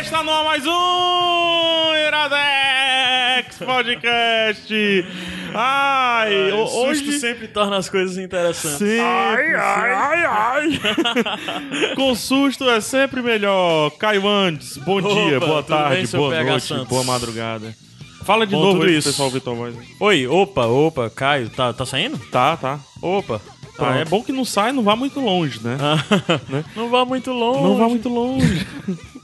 Está no ar mais um Iradex Podcast. Ai, O ho- susto hoje... sempre torna as coisas interessantes. Sempre, ai, ai, ai. Com susto é sempre melhor. Caio Andes, bom dia, boa tudo tarde, bem, seu boa PH noite, Santos? boa madrugada. Fala de Bom, novo tudo aí, isso. pessoal, um. Vitor Voz. Oi, opa, opa, Caio, tá, tá saindo? Tá, tá. Opa. Ah, é bom que não sai, não vá muito longe, né? Não vá muito longe. Não vá muito longe.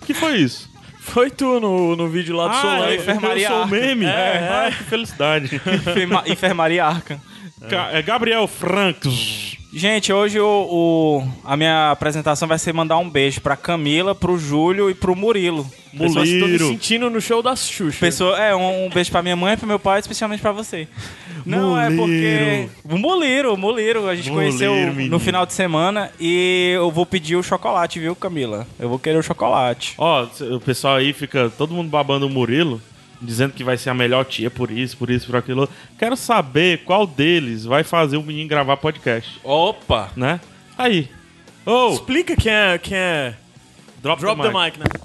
O que foi isso? Ah, Foi tu no, no vídeo lá do Solano. eu- enfermaria eu sou o Arca. meme? É, é. Ai, que felicidade. Enferma- Enfermaria Arkham. Ca- é Gabriel Franks. Gente, hoje o, o- a minha apresentação vai ser mandar um beijo pra Camila, pro Júlio e pro Murilo. Pessoas que tão me Muliro. sentindo no show da Xuxa. Pessoa, é, um, um beijo pra minha mãe, pro meu pai, especialmente pra você. Não, é Muliro. porque. O Muliro, o Muliro, a gente Muliro, conheceu menino. no final de semana e eu vou pedir o chocolate, viu, Camila? Eu vou querer o chocolate. Ó, o pessoal aí fica todo mundo babando o Murilo, dizendo que vai ser a melhor tia por isso, por isso, por aquilo. outro. Quero saber qual deles vai fazer o menino gravar podcast, Opa. né? Aí. Ô, Explica quem é, quem é... drop, Drop the the mic. mic, né?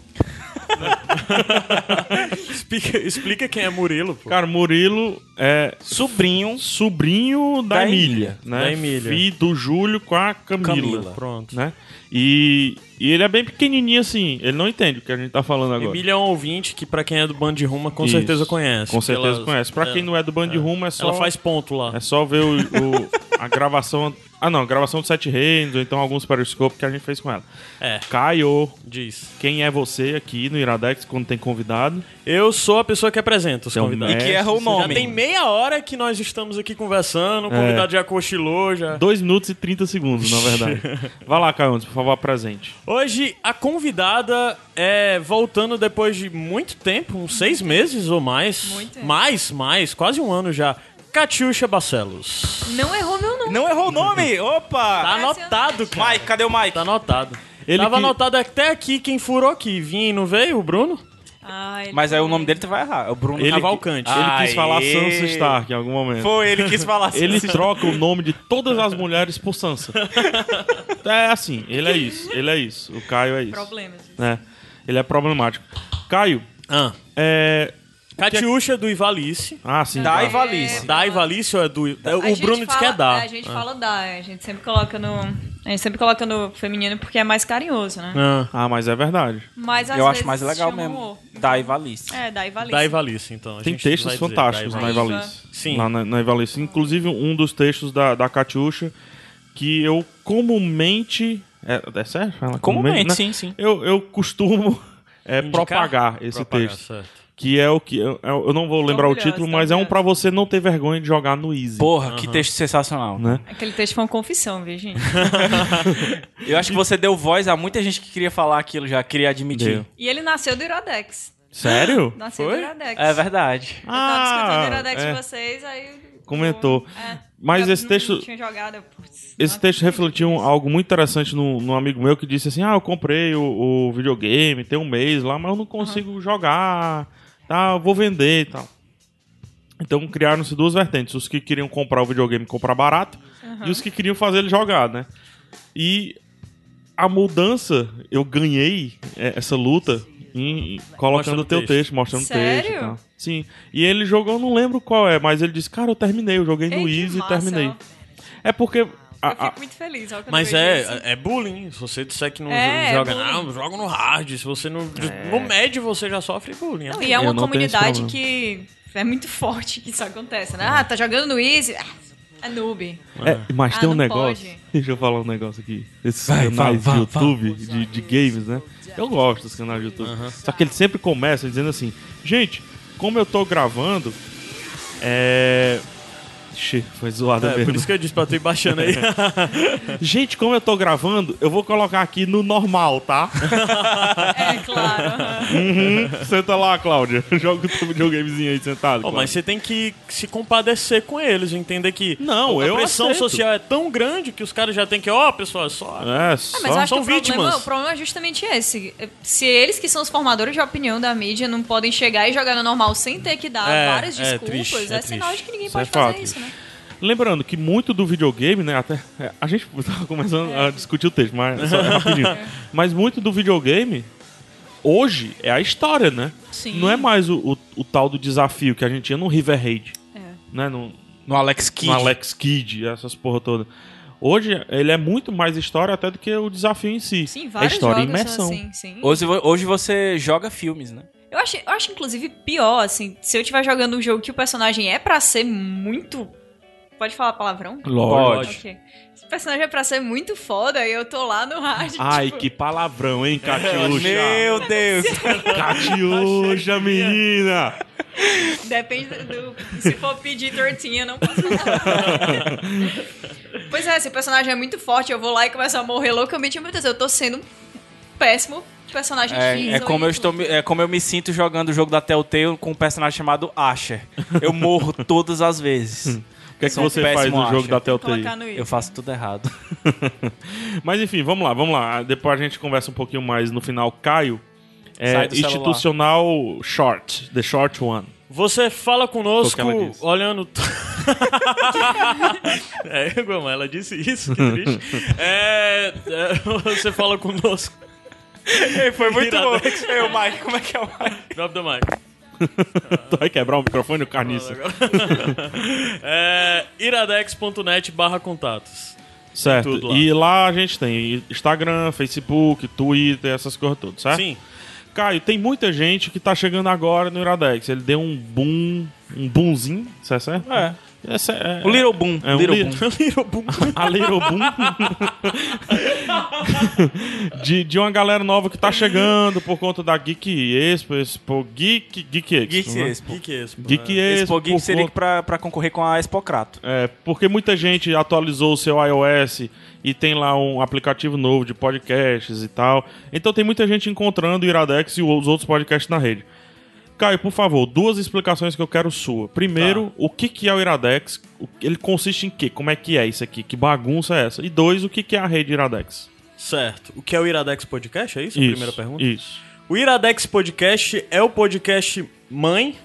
explica, explica quem é Murilo, pô. Cara, Murilo é Sobrinho. sobrinho da, Da Emília, Emília. né? Da Emília. Filho do Júlio com a Camila. Camila. Pronto. Né? E, e ele é bem pequenininho assim, ele não entende o que a gente tá falando agora. Emília é um ouvinte que, pra quem é do Band de Ruma, com Isso. certeza conhece. Com certeza Ela- conhece. Pra é, quem não é do Band Rumo, é só... Ela faz ponto lá. É só ver o, o- a gravação. Ah, não, a gravação do Sete Reinos, ou então alguns Periscope que a gente fez com ela. É, Caio, diz. quem é você aqui no Iradex quando tem convidado? Eu sou a pessoa que apresenta os Então, convidados. E que erra o É, Já nome. tem meia hora que nós estamos aqui conversando, o É. convidado já cochilou, já... 2 minutos e 30 segundos, na verdade. Vai lá, Caio, Andes, por favor, apresente. Hoje, a convidada é voltando depois de muito tempo, uns seis meses ou mais. Muito tempo. Mais, mais, quase um ano já. Catiuxa Barcelos. Não errou meu nome. Não errou o nome? Tá Opa! um anotado, cara. Mike, cadê o Mike? Tá anotado. Ele Tava que- anotado até aqui quem furou aqui. Vinha e não veio, o Bruno? Ah, ele Mas aí o foi. nome dele tu vai errar. É o Bruno Ele, Cavalcante. Ele quis Aê. falar Sansa Stark em algum momento. Foi, ele quis falar assim. Ele troca o nome de todas as mulheres por Sansa. É assim, ele é isso, ele é isso. O Caio é isso. Problemas. né? Ele é problemático. Caio, Ah. é. Catiuxa do Ivalice. Ah, sim. Dai tá. Valice. Da Ivalice ou é do... A O gente Bruno disse que é fala- da. A gente fala da, a gente sempre coloca no... A gente sempre coloca no feminino porque é mais carinhoso, né? Ah. Ah, mas é verdade. Mas às Eu vezes acho mais legal chama mesmo. o- Dai Valice. É, da Ivalice. Da Ivalice, então. a Tem gente textos vai dizer, fantásticos da na Ivalice. Ivalice. Sim. Na, na, na Ivalice. Inclusive, um dos textos da, da Catiuxa que eu comumente. É, é sério? Ela Comumente, né? sim, sim. Eu, eu costumo é, Indicar? propagar esse Propagar, texto. certo. Que é o que. Eu, eu eu não vou lembrar o orgulhosa, título, tô mas é um orgulhosa. pra você não ter vergonha de jogar no Easy. Porra, que texto sensacional. Né? Aquele texto foi uma confissão, viu, gente? Eu acho que você deu voz a muita gente que queria falar aquilo já, queria admitir. Deu. e ele nasceu do Iradex. Sério? Nasceu Foi? do Iradex. É verdade. Eu tava escutando Ah, o Iradex é. de vocês, aí... Comentou. É. Mas Eu esse não texto- tinha jogado, eu, putz, Esse não texto acredito. refletiu um- algo muito interessante num, num amigo meu que disse assim: Ah, eu comprei o, o videogame, tem um mês lá, mas eu não consigo jogar, tá? Eu vou vender e tal. Então criaram-se duas vertentes: os que queriam comprar o videogame e comprar barato, e os que queriam fazer ele jogar, né? E a mudança, eu ganhei é, essa luta em, em- colocando Mostrando o teu texto. texto, mostrando o texto. e Sério? tal. Sim. E ele jogou, eu não lembro qual é, mas ele disse: Cara, eu terminei, eu joguei Ei, no que Easy e massa, terminei. ó. É porque. Eu a- a- fico muito feliz. ó, quando Mas eu vejo isso. é, é bullying. Se você disser que não assim. É, joga, é bullying. É. não, joga no hard. Se você não. No médio, você já sofre bullying. Não, e é Eu uma não tenho esse comunidade problema. que é muito forte que isso acontece, né? Ah, tá jogando no Easy. Ah, é noob. É, mas Ah, tem um não negócio. pode. Deixa eu falar um negócio aqui. Esses canais de YouTube, de, de games, né? Eu gosto dos canais de YouTube. Só que eles sempre começam dizendo assim: gente, como eu tô gravando, é, Ixi, foi zoada É, mesmo. por isso que eu disse pra tu ir baixando aí. É, Gente, como eu tô gravando, eu vou colocar aqui no normal, tá? É, claro. aham. Uhum. Senta lá, Cláudia. Joga o teu videogamezinho aí sentado. Ó, Cláudia. mas você tem que se compadecer com eles, entender que Não, a eu pressão aceito. social é tão grande que os caras já tem que, ó, pessoal, é só. É, só... Ah, Mas eu acho que são o problema, vítimas. o problema é justamente esse. Se eles que são os formadores de opinião da mídia não podem chegar e jogar no normal sem ter que dar É, várias é desculpas, é, triste, é triste. sinal de que ninguém Isso pode é fazer fato. isso, né? Lembrando que muito do videogame, né? Até é, a gente tava começando É. a discutir o texto, mas é só rapidinho. Mas muito do videogame hoje é a história, né? Sim. Não é mais o, o- o tal do desafio que a gente tinha no River Raid, É. né? No, No Alex Kidd. no Alex Kidd, essas porra toda. Hoje ele é muito mais história até do que o desafio em si. Sim, é vários história e jogos imersão. são assim, sim. Hoje, vo- hoje você joga filmes, né? Eu acho, eu acho, inclusive, pior, assim, se eu estiver jogando um jogo que o personagem é pra ser muito. Pode falar palavrão? Lógico. Ok. Se o personagem é pra ser muito foda e eu tô lá no hard. Ai, tipo, que palavrão, hein, Catiuxa? Meu Deus! Catiuxa, menina! Depende do. Se for pedir tortinha, eu não posso falar. pois é, se o personagem é muito forte, eu vou lá e começo a morrer loucamente. Meu Deus, eu tô sendo um péssimo personagem X, É, é ou como eu Y. estou, me- é como eu me sinto jogando o jogo da Telltale com um personagem chamado Asher. Eu morro todas as vezes. O que é que Sou você faz péssimo, no jogo acho. da Telltale? Colocar no I. Eu faço tudo errado. Mas enfim, vamos lá, vamos lá. Depois a gente conversa um pouquinho mais no final. Caio, é Sai do celular. institucional short, the short one. Você fala conosco Foi o que ela disse. olhando. é, como ela disse isso, que triste. É, é, você fala conosco. Foi muito bom. Eu, Mike, como é que é o Mike? Drop the mic. tu vai quebrar o microfone, o carniça. É, iradex.net barra contatos. tudo certo. lá. E lá a gente tem Instagram, Facebook, Twitter, essas coisas todas, certo? Sim. Caio, tem muita gente que tá chegando agora no Iradex. Ele deu um boom, um boomzinho, isso é certo? É. Esse é- O Little Boom. É um Little li- Boom. A Little Boom. de, de uma galera nova que tá chegando por conta da Geek Expo, Expo Geek, Geek Expo. Geek né? Expo. Que que é isso? Geek Expo. Expo Geek por seria conta- pra, pra concorrer com a Expocrato. é, porque muita gente atualizou o seu iOS e tem lá um aplicativo novo de podcasts e tal. Então tem muita gente encontrando o Iradex e os outros podcasts na rede. Caio, por favor, duas explicações que eu quero sua. Primeiro, Tá. o que, que é o Iradex? O- Ele consiste em quê? Como é que é isso aqui? Que bagunça é essa? E dois, o que, que é a rede Iradex? Certo. O que é o Iradex Podcast? É isso? a Isso, primeira pergunta? Isso. O Iradex Podcast é o podcast mãe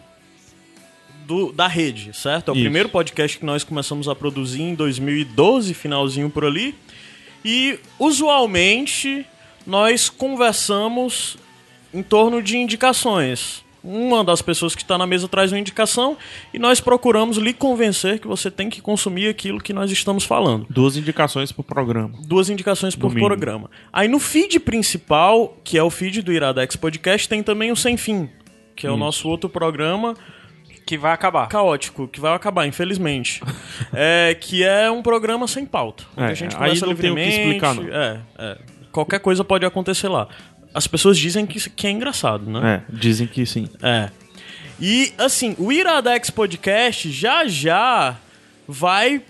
do- da rede, certo? É o Isso. primeiro podcast que nós começamos a produzir em 2012, finalzinho por ali. E usualmente nós conversamos em torno de indicações. Uma das pessoas que está na mesa traz uma indicação e nós procuramos lhe convencer que você tem que consumir aquilo que nós estamos falando Duas indicações pro programa. duas indicações por Domingo. programa. Aí no feed principal, que é o feed do Iradex Podcast, tem também o Sem Fim, que é o nosso outro programa Que vai acabar. caótico, que vai acabar, infelizmente. é, que é um programa sem pauta. onde É, a gente aí conversa não tem o que livremente. explicar, não. É, é. Qualquer coisa pode acontecer lá. As pessoas dizem que, isso- que é engraçado, né? É, dizem que sim. É. E, assim, o Iradex Podcast já já vai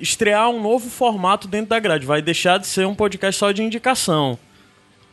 estrear um novo formato dentro da grade. Vai deixar de ser um podcast só de indicação.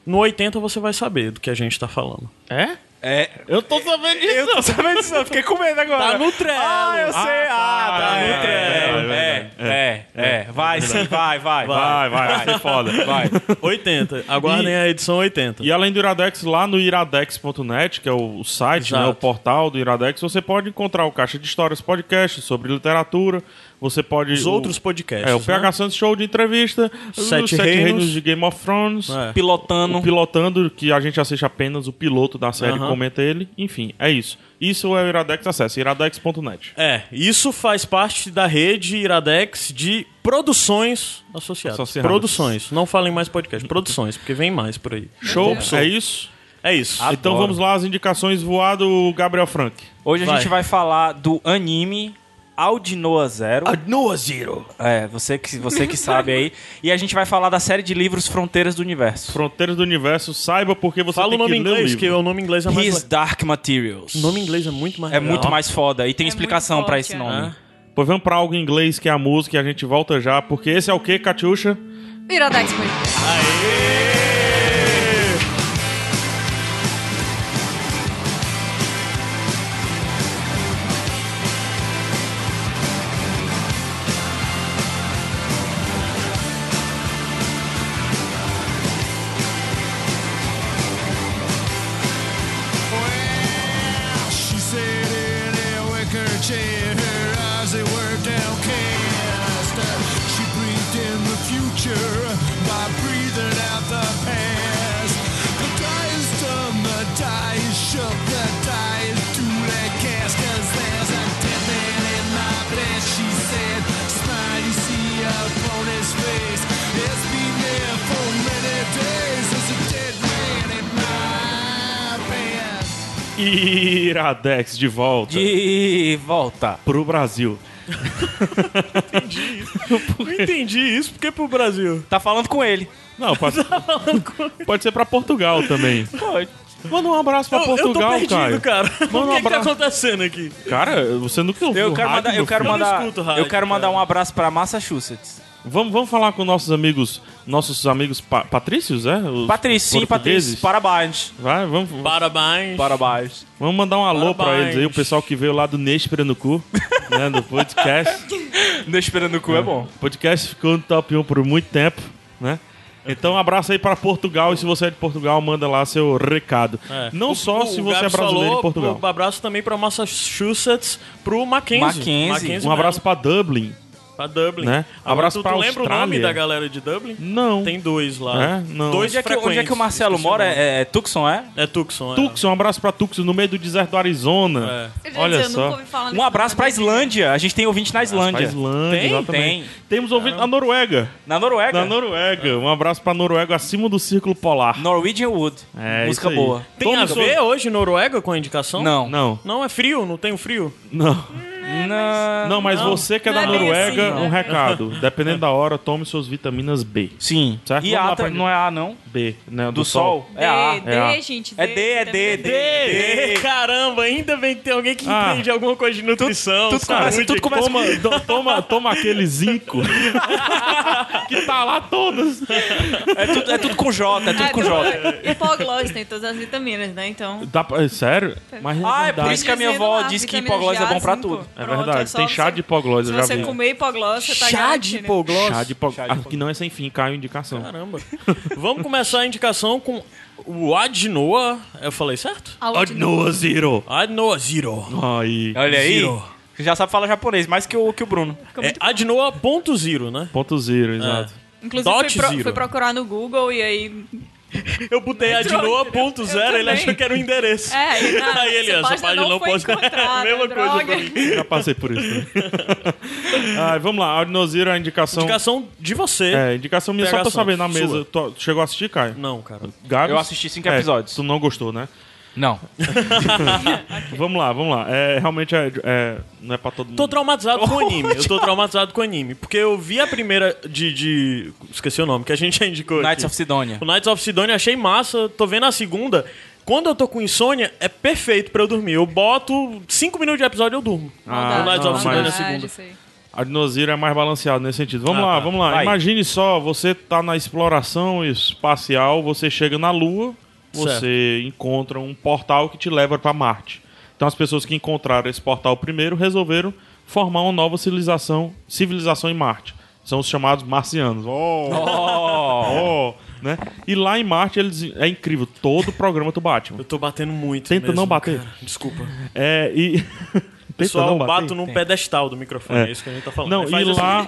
No 80 você vai saber do que a gente tá falando. É? É. Eu tô sabendo disso. Eu tô sabendo disso, eu fiquei com medo agora. Tá no Trello. Ah, eu sei. Ah, Ah, tá, tá é, no Trello. é, É, é, é. Vai sim, vai, vai, Vai, vai. vai, vai ser foda. Vai. 80. Ah, Aguardem E- a edição 80. E além do Iradex, lá no iradex.net, que é o site, né, Exato. o portal do Iradex, você pode encontrar o Caixa de Histórias podcast sobre literatura, você pode... Os o- outros podcasts. É, o né? PH Santos Show de entrevista, os Sete Sete Reinos, Reinos. de Game of Thrones, É. Pilotando. o Pilotando, que a gente assiste apenas o piloto da série, Aham. comenta ele, enfim, é isso. Isso é o Iradex, acesse iradex.net. É, isso faz parte da rede Iradex de produções associadas. Associadas. Produções. Não falem mais podcast. Produções, porque vem mais por aí. Show, Deus. é isso. É isso. Adoro. Então vamos lá, as indicações voado Gabriel Frank. Hoje a Vai. gente vai falar do anime Aldinoa Zero. Noa Zero. É, você que, você que sabe aí. E a gente vai falar da série de livros Fronteiras do Universo. Fronteiras do Universo, saiba porque você Fala tem o nome que em ler inglês, o livro. que o nome em inglês é mais. His Dark Materials. O nome em inglês é muito mais É legal. muito mais foda. E tem É explicação muito pra forte, esse é. nome. Pô, vamos pra algo em inglês que é a música e a gente volta já, porque esse é o que, Catiuxa? Iradex Podcast. She sat in a wicker chair, her eyes they were downcast. She breathed in the future by breathing out the past. The die is done, the die is shook, the die is duly cast. 'Cause there's a dead man in my bed, she said. Smile you see upon his face. It's been there for many days. There's a dead man in my bed. Iradex de volta De volta. pro Brasil. Não entendi isso, porque pro Brasil. Tá falando com ele. Não, pode, pode ser pra Portugal também. Manda um abraço pra Eu- Portugal, eu tô perdido, cara. Manda o um que, que tá abraço. acontecendo aqui? Cara, você nunca ouviu Eu quero rádio, mandar, eu meu quero filho? Eu não mandar, escuto rádio, eu quero mandar cara. um abraço pra Massachusetts. Vamos, vamos falar com nossos amigos, nossos amigos pa- patrícios, é? Os Patrício, sim, portugueses? Patrício. Parabéns. Vai, vamos, Parabéns. Parabéns. vamos mandar um alô pra Parabéns. eles aí, o pessoal que veio lá do Nespera no Cu, né, do podcast. Não esperando o cu é bom. O podcast ficou no top 1 por muito tempo, né? Então, um abraço aí pra Portugal e se você é de Portugal, manda lá seu recado. É. Não O- só o- se o você é Gabs brasileiro falou, em Portugal. Um abraço também pra Massachusetts, pro Mackenzie. Mackenzie. Um abraço pra Dublin. mesmo, pra Dublin. né? Agora, Abraço tu, pra tu lembra o nome Austrália. da galera de Dublin? Não. Tem dois lá. É? Não. Dois Onde é, que, onde é que o Marcelo mora? É, é Tucson, é? É Tucson. é. Tucson, um abraço pra Tucson no meio do deserto do Arizona. Eu já Olha disse, Eu nunca só. ouvi falar Um nisso, abraço não. pra Islândia. A gente tem ouvinte na Pra Islândia. Islândia, Tem? exatamente. Tem. Temos ouvido na Noruega. Na Noruega. É. Na Noruega. Um abraço pra Noruega acima do Círculo Polar. Norwegian Wood. É, Música isso aí. boa. Tem a Todos os- ver hoje Noruega com a indicação? Não. Não, Não é frio? Não tem um frio? não. Não. Não, mas você que é Não da é bem Noruega, assim, um recado. Dependendo da hora, tome suas vitaminas B. Sim. Certo? E Vamos lá A pra- não é A, não? B, né? Do, Do Sol? É A. D, É A. D, gente. É D, é D, também. D. D. Caramba, ainda bem que tem alguém que Ah. entende alguma coisa de nutrição. tudo saúde. começa- tudo começa- Toma, do- toma, toma aquele zinco que tá lá todas. É tudo, é tudo com J, é tudo Ah, com J. E hipoglose tem todas as vitaminas, né? Então. Dá pra- é sério? Mas Ah, é por verdade. isso que a minha Dizendo avó lá, diz que vitaminas hipoglose é bom pra J, tudo. cinco. Tá. É Pronto, verdade, só tem você- chá de hipoglose, Se eu já você vi. comer hipoglose, você tá Chá Ah, de garantido. hipoglose? Chá de hipoglose. Chá de Ah, que não é sem fim, caiu indicação. Caramba. Vamos começar a indicação com o Adnoa. Eu falei certo? Ah, o de- Odnoa Zero. Ah. Adnoa Zero. Aí. Olha aí. Zero. Você já sabe falar japonês, mais que o, que o Bruno. É Adnoa.zero, né? Ponto zero, exato. Inclusive, Dot fui, pro- zero. fui procurar no Google e aí. Eu botei Eu Adnoa.zero, também. ele achou que era o endereço. É, aí, nada, Aí ele, essa essa página página não foi pode- encontrada, Mesma coisa droga. pra mim. Já passei por isso. Né? Ai, vamos lá, Odnoa Zero é a indicação. Indicação de você. É, indicação minha, só pra Pegação. saber na Sua. mesa. Tu tu chegou a assistir, Caio? Não, cara. Gabs? Eu assisti cinco É, episódios. Tu não gostou, né? Não. Vamos lá, vamos lá. É, realmente é, é- não é pra todo mundo. Tô traumatizado com Oh, anime. Eu tô traumatizado com anime. Porque eu vi a primeira de. de- Esqueci o nome, que a gente já indicou. Knights aqui. of Sidonia. O Knights of Sidonia achei massa, tô vendo a segunda. Quando eu tô com insônia, é perfeito pra eu dormir. Eu boto 5 minutos de episódio e eu durmo. Ah, o Knights não, of Sidonia mas- é a segunda. isso aí. Odnoa Zero é mais balanceado nesse sentido. Vamos Ah, lá, tá. vamos lá. Vai. Imagine só, você tá na exploração espacial, você chega na Lua, você encontra um portal que te leva pra Marte. Então as pessoas que encontraram esse portal primeiro resolveram formar uma nova civilização, civilização em Marte. São os chamados marcianos. Oh, oh, né? E lá em Marte eles é incrível, todo o programa do Batman. Eu tô batendo muito. Tenta mesmo, não bater. cara. Desculpa. É, e Pessoal, eu não bater. bato num pedestal do microfone. É. isso que a gente tá falando. Não, Aí faz e assim. lá,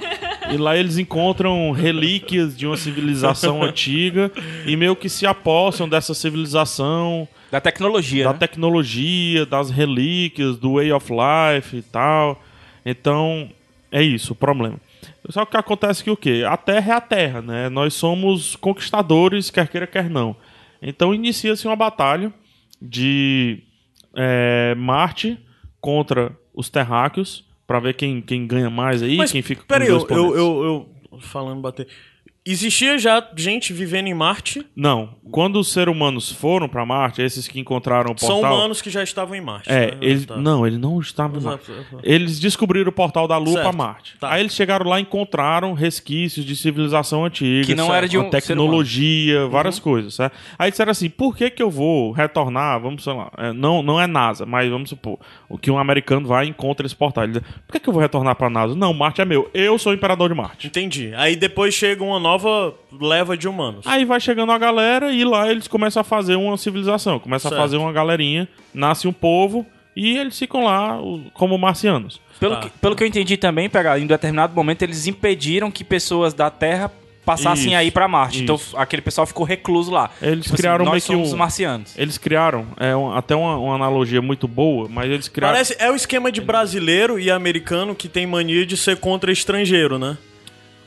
e lá eles encontram relíquias de uma civilização antiga e meio que se apossam dessa civilização, Da É. tecnologia. da né? tecnologia, das relíquias, do way of life e tal. Então, é isso o problema. Só que acontece que o quê? A Terra é a Terra, né? Nós somos conquistadores, quer queira, quer não. Então inicia-se uma batalha de eh, Marte contra os terráqueos, pra ver quem, quem ganha mais aí, Mas quem fica com peraí, os dois eu, eu, planetas. eu, eu- Falando bater. Existia já gente vivendo em Marte. Não, quando os seres humanos foram pra Marte, esses que encontraram o portal... São humanos que já estavam em Marte. É, né? eles, Tá. é não, ele não estava em Marte. Exato, exato. Eles descobriram o portal da Lua Certo. pra Marte. Tá. Aí eles chegaram lá e encontraram resquícios de civilização antiga. Que não certo? era de um uma ser humano. Uhum. tecnologia, várias coisas, certo? Aí disseram assim, por que que eu vou retornar, vamos, sei lá, é, não, não é NASA, mas vamos supor, o que um americano vai e encontra esse portal. Ele diz, por que que eu vou retornar pra NASA? Não, Marte é meu, eu sou o imperador de Marte. Entendi. Aí depois chega uma nova leva de humanos. Aí vai chegando a galera e lá eles começam a fazer uma civilização, começam Certo. a fazer uma galerinha, nasce um povo e eles ficam lá o- como marcianos. Pelo, Tá. que, pelo que eu entendi também, pegar em determinado momento eles impediram que pessoas da Terra passassem Isso, a ir pra Marte. Então isso. aquele pessoal ficou recluso lá. Tipo assim, Eles Tipo assim, criaram nós meio que somos um- marcianos. Eles criaram, é um- até uma, uma analogia muito boa, mas eles criaram. Parece, é o esquema de brasileiro e americano que tem mania de ser contra estrangeiro, né?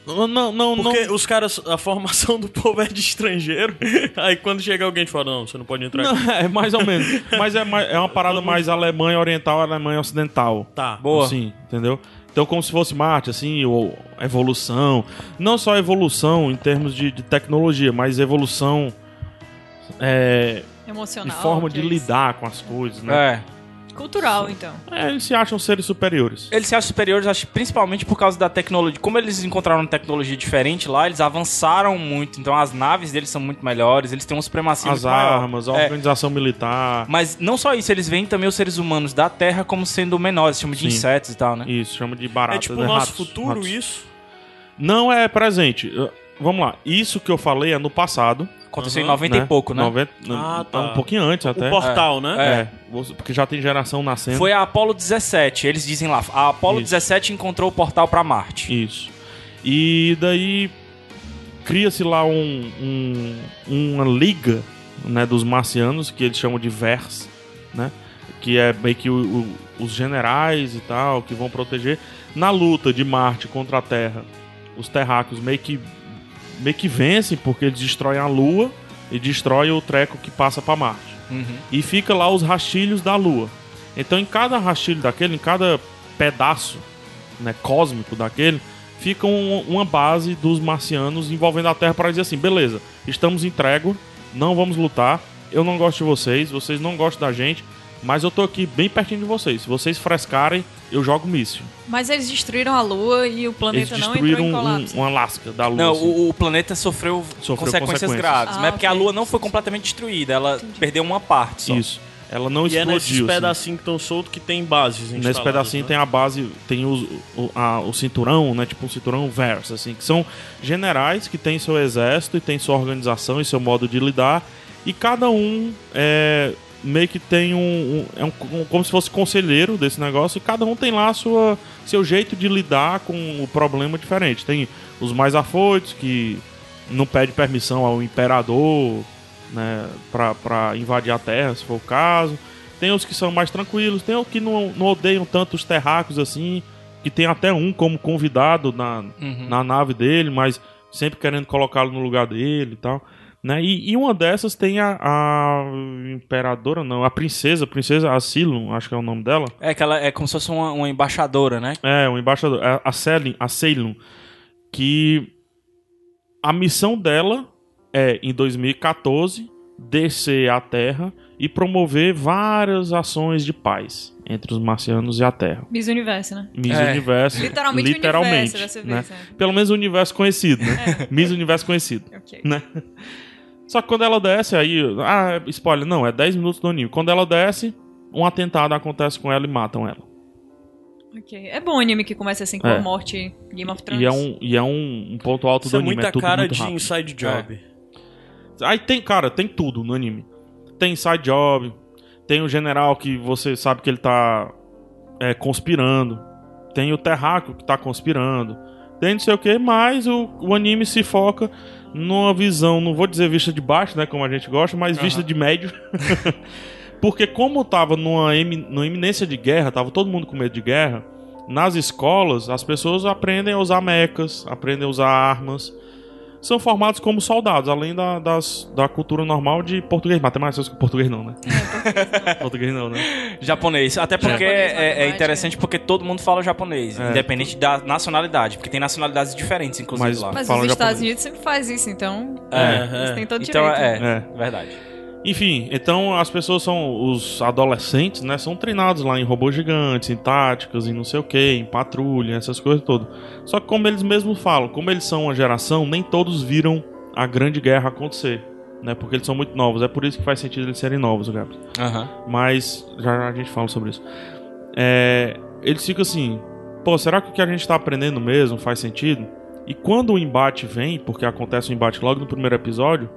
Não, não, não. não- Porque os caras, a formação do povo é de estrangeiro. Aí quando chega alguém e fala, não, você não pode entrar aqui. não, é mais ou menos. Mas é, mais- é uma parada mais Alemanha oriental, Alemanha ocidental. Tá. Boa. Assim, entendeu? Então, como se fosse Marte, assim, ou evolução. Não só evolução em termos de, de tecnologia, mas evolução é, de Emocional. forma que de é isso. lidar com as coisas, né? É. Cultural, então. É, eles se acham seres superiores. Eles se acham superiores, acho que principalmente por causa da tecnologia. Como eles encontraram tecnologia diferente lá, eles avançaram muito. Então as naves deles são muito melhores, eles têm uma supremacia As muito maior. armas, a É. organização militar. Mas não só isso, eles veem também os seres humanos da Terra como sendo menores, chamam de Sim. insetos e tal, né? Isso, chama de né? barato. É tipo o nosso futuro, isso? Não é presente. Uh, Vamos lá. Isso que eu falei é no passado. Aconteceu em Aham, 90 e pouco, né? 90, Ah, tá. Um pouquinho antes até. O portal, né? É. você- Porque já tem geração nascendo. Foi a Apollo 17, eles dizem lá. A Apollo Isso. 17 encontrou o portal pra Marte. Isso. E daí cria-se lá um, um- uma liga né, dos marcianos, que eles chamam de Vers, né? Que é meio que o- o- os generais e tal, que vão proteger. Na luta de Marte contra a Terra, os terráqueos meio que, meio que vencem, porque eles destroem a Lua e destroem o treco que passa para Marte Uhum. e fica lá os rastilhos da Lua. Então em cada rastilho daquele, em cada pedaço né, cósmico daquele, fica um- uma base dos marcianos envolvendo a Terra para dizer assim, beleza, estamos em trégua, não vamos lutar, eu não gosto de vocês, vocês não gostam da gente, mas eu tô aqui bem pertinho de vocês. Se vocês frescarem, eu jogo míssil. Mas eles destruíram a Lua e o Eles planeta não entrou destruíram em um, colapso. uma lasca da Lua. Não, assim. o, o planeta sofreu, Sofreu consequências, consequências. graves, Ah, mas é porque a ok. Lua não foi completamente destruída, ela perdeu uma parte só. Isso. Ela não E é explodiu. nesses assim. pedacinhos que estão soltos que tem bases instaladas, Nesse pedacinho né? tem a base, tem os- o, a- o cinturão, né? Tipo um cinturão verso, assim, que são generais que têm seu exército e tem sua organização e seu modo de lidar. E cada um é meio que tem um. um- é um, um- como se fosse conselheiro desse negócio, e cada um tem lá a sua, seu jeito de lidar com o problema diferente. Tem os mais afoitos que não pede permissão ao imperador, né, pra, pra invadir a terra, se for o caso. Tem os que são mais tranquilos, tem os que não, não odeiam tanto os terráqueos assim, que tem até um como convidado na, Uhum. na nave dele, mas sempre querendo colocá-lo no lugar dele e tal. Né? E, e uma dessas tem a, a imperadora, não, a princesa, princesa Asylum, acho que é o nome dela. É que ela é como se fosse uma, uma embaixadora, né? É, o embaixador. A, a Selin, a Ceylon, que a missão dela é, em 2014, descer à Terra e promover várias ações de paz entre os marcianos e a Terra. Miss Universo, né? Miss É. Universo. Literalmente, o um- literalmente Universo, dessa né? vez. É. né? Pelo menos o universo conhecido, né? Miss Universo conhecido. é. Ok. Só que quando ela desce, aí. Ah, spoiler, não, é 10 minutos do anime. Quando ela desce, um atentado acontece com ela e matam ela. ok. É bom o anime que começa assim com É. a morte Game of Thrones. E é um, e é um, um ponto alto Isso é do anime. muita tudo cara muito de rápido. É. inside job. Aí tem, cara, tem tudo no anime. Tem side job, tem o general que você sabe que ele tá é, conspirando, tem o terráqueo que tá conspirando, tem não sei o que, mas o, o anime se foca numa visão, não vou dizer vista de baixo, né, como a gente gosta, mas vista de médio. Porque como tava numa, emi- numa iminência de guerra, tava todo mundo com medo de guerra, nas escolas as pessoas aprendem a usar mecas, aprendem a usar armas, são formados como soldados, além da, das- da cultura normal de português. Matemática, português não, né? português não, né? Japonês. Até porque Japonês, é, é matemática. interessante porque todo mundo fala japonês, É. independente da nacionalidade, porque tem nacionalidades diferentes, inclusive Mas- lá. Mas Fala os Estados japonês. Unidos sempre faz isso, então eles É, é. têm todo Então direito. é, É. verdade. Enfim, então as pessoas são. Os adolescentes, né? São treinados lá em robôs gigantes, em táticas, em não sei o que, em patrulha, essas coisas todas. Só que, como eles mesmos falam, como eles são uma geração, nem todos viram a grande guerra acontecer, né? Porque eles são muito novos. É por isso que faz sentido eles serem novos, né? o Gabs. Aham. Mas já, já a gente fala sobre isso. É, eles ficam assim: pô, será que o que a gente tá aprendendo mesmo faz sentido? E quando o embate vem, porque acontece o embate logo no primeiro episódio,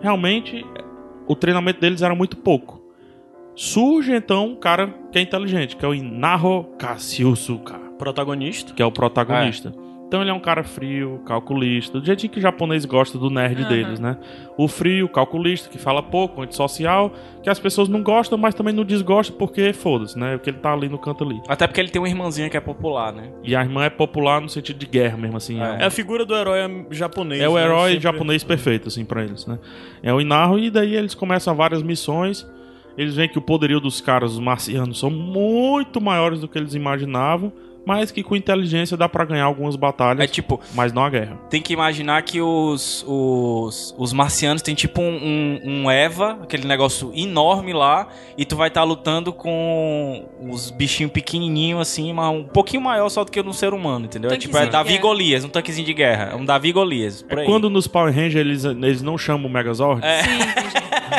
realmente o treinamento deles era muito pouco. Surge então um cara que é inteligente, que é o Inaho Kashiusuka, Protagonista. que é o protagonista. Então ele é um cara frio, calculista, do jeitinho que o japonês gosta do nerd Aham. deles, né? O frio, calculista, que fala pouco, um antissocial, que as pessoas não gostam, mas também não desgostam porque foda-se, né? Porque ele tá ali no canto ali. Até porque ele tem uma irmãzinha que é popular, né? E a irmã é popular no sentido de guerra mesmo, assim. É. É, um- É a figura do herói japonês. É o né? herói Sempre- japonês perfeito, assim, pra eles, né? É o Inaho, e daí eles começam várias missões. Eles veem que o poderio dos caras, os marcianos, são muito maiores do que eles imaginavam, mas que com inteligência dá pra ganhar algumas É batalhas, tipo, mas não a guerra. tem que imaginar que os, os, os marcianos têm tipo um, um, um Eva, aquele negócio enorme lá, e tu vai estar lutando com os bichinhos pequenininhos assim, mas um pouquinho maior só do que um ser humano, entendeu? É tipo, é Tanquezinho de Davi e guerra. Golias, um tanquezinho de guerra, é um Davi e Golias, por É aí. quando nos Power Rangers eles, eles não chamam o Megazord,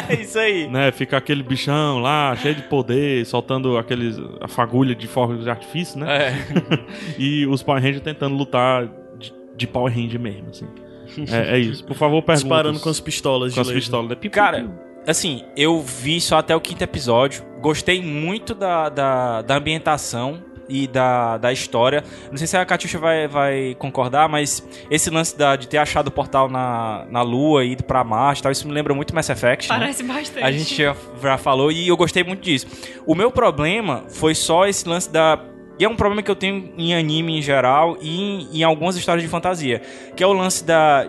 É isso aí. né? Fica aquele bichão lá, cheio de poder, soltando aqueles, a fagulha de fogos de artifício, né? É. E os Power Rangers tentando lutar de, de Power Ranger mesmo, assim. É, é isso. Por favor, pergunta. Disparando com as pistolas com de as laser. pistolas. né? Piu, Cara, piu, assim, eu vi só até o quinto episódio. Gostei muito da, da, da ambientação e da, da história. Não sei se a Catiuxa vai, vai concordar, mas esse lance da, de ter achado o portal na, na Lua e ido pra Marte e tal, isso me lembra muito Mass Effect. né? Parece bastante. A gente já, já falou e eu gostei muito disso. O meu problema foi só esse lance da. E é um problema que eu tenho em anime em geral e em, em algumas histórias de fantasia. Que é o lance da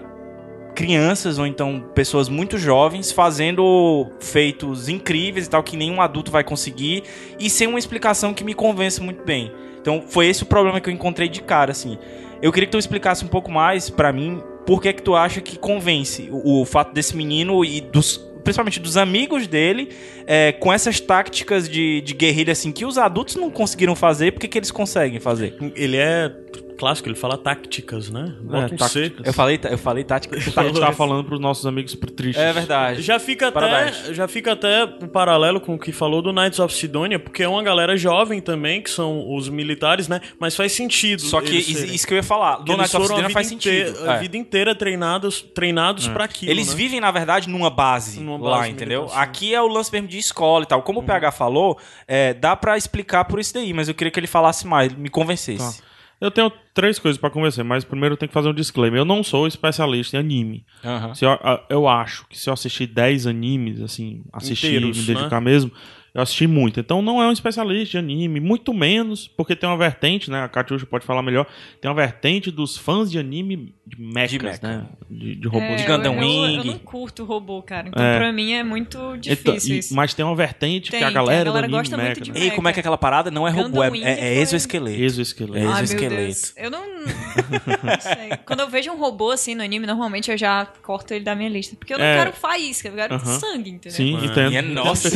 crianças ou então pessoas muito jovens fazendo feitos incríveis e tal que nenhum adulto vai conseguir e sem uma explicação que me convence muito bem. Então foi esse o problema que eu encontrei de cara assim. Eu queria que tu explicasse um pouco mais pra mim por que é que tu acha que convence o, o fato desse menino e dos principalmente dos amigos dele é, com essas táticas de, de guerrilha assim que os adultos não conseguiram fazer, por que que eles conseguem fazer? Ele é clássico, ele fala tácticas, né? Bota um É, C. táticas. tá- Eu falei, eu falei tática. A gente tá falando pros nossos amigos pr- tristes. É verdade. Já fica, até, Parabéns. já fica até um paralelo com o que falou do Knights of Sidonia, porque é uma galera jovem também, que são os militares, né? Mas faz sentido. Só que eles isso, serem. isso que eu ia falar, né? Porque do Night of foram a Sidonia vida faz inteira- sentido. A É. vida inteira treinados, treinados pra aquilo. Eles né? vivem, na verdade, numa base Numa lá, base assim. Uhum. entendeu? militar, sim. Aqui é o lance mesmo de escola e tal. Como o PH falou, é, dá pra explicar por isso daí, mas eu queria que ele falasse mais, me convencesse. Eu tenho três coisas pra convencer, mas primeiro eu tenho que fazer um disclaimer. Eu não sou especialista em anime. Tá. Aham. Né? Se eu, a- eu acho que se eu assistir 10 animes, assim, assistir Inteiros, e né? me dedicar mesmo, eu assisti muito. Então não é um especialista de anime, muito menos, porque tem uma vertente, né? A Katiusha pode falar melhor. Tem uma vertente dos fãs de anime de mechas, mecha. né? De, de robôs. É, de Gundam eu- eu, eu, Wing. não curto robô, cara. Então, É. pra mim, é muito Então, difícil e- isso. mas tem uma vertente Tem, que a tem, a galera, galera do anime gosta muito mecha, de né? Ei, como é que é aquela parada? Não é robô, é, Gundam Wing é- é foi- exoesqueleto. Exoesqueleto. Exoesqueleto. Ai, meu Deus. Eu não. não sei. Quando eu vejo um robô assim no anime, normalmente eu já corto ele da minha lista. Porque eu não É. quero faísca, eu quero Aham. sangue, entendeu? Sim, Ah. entendo. E é nossa,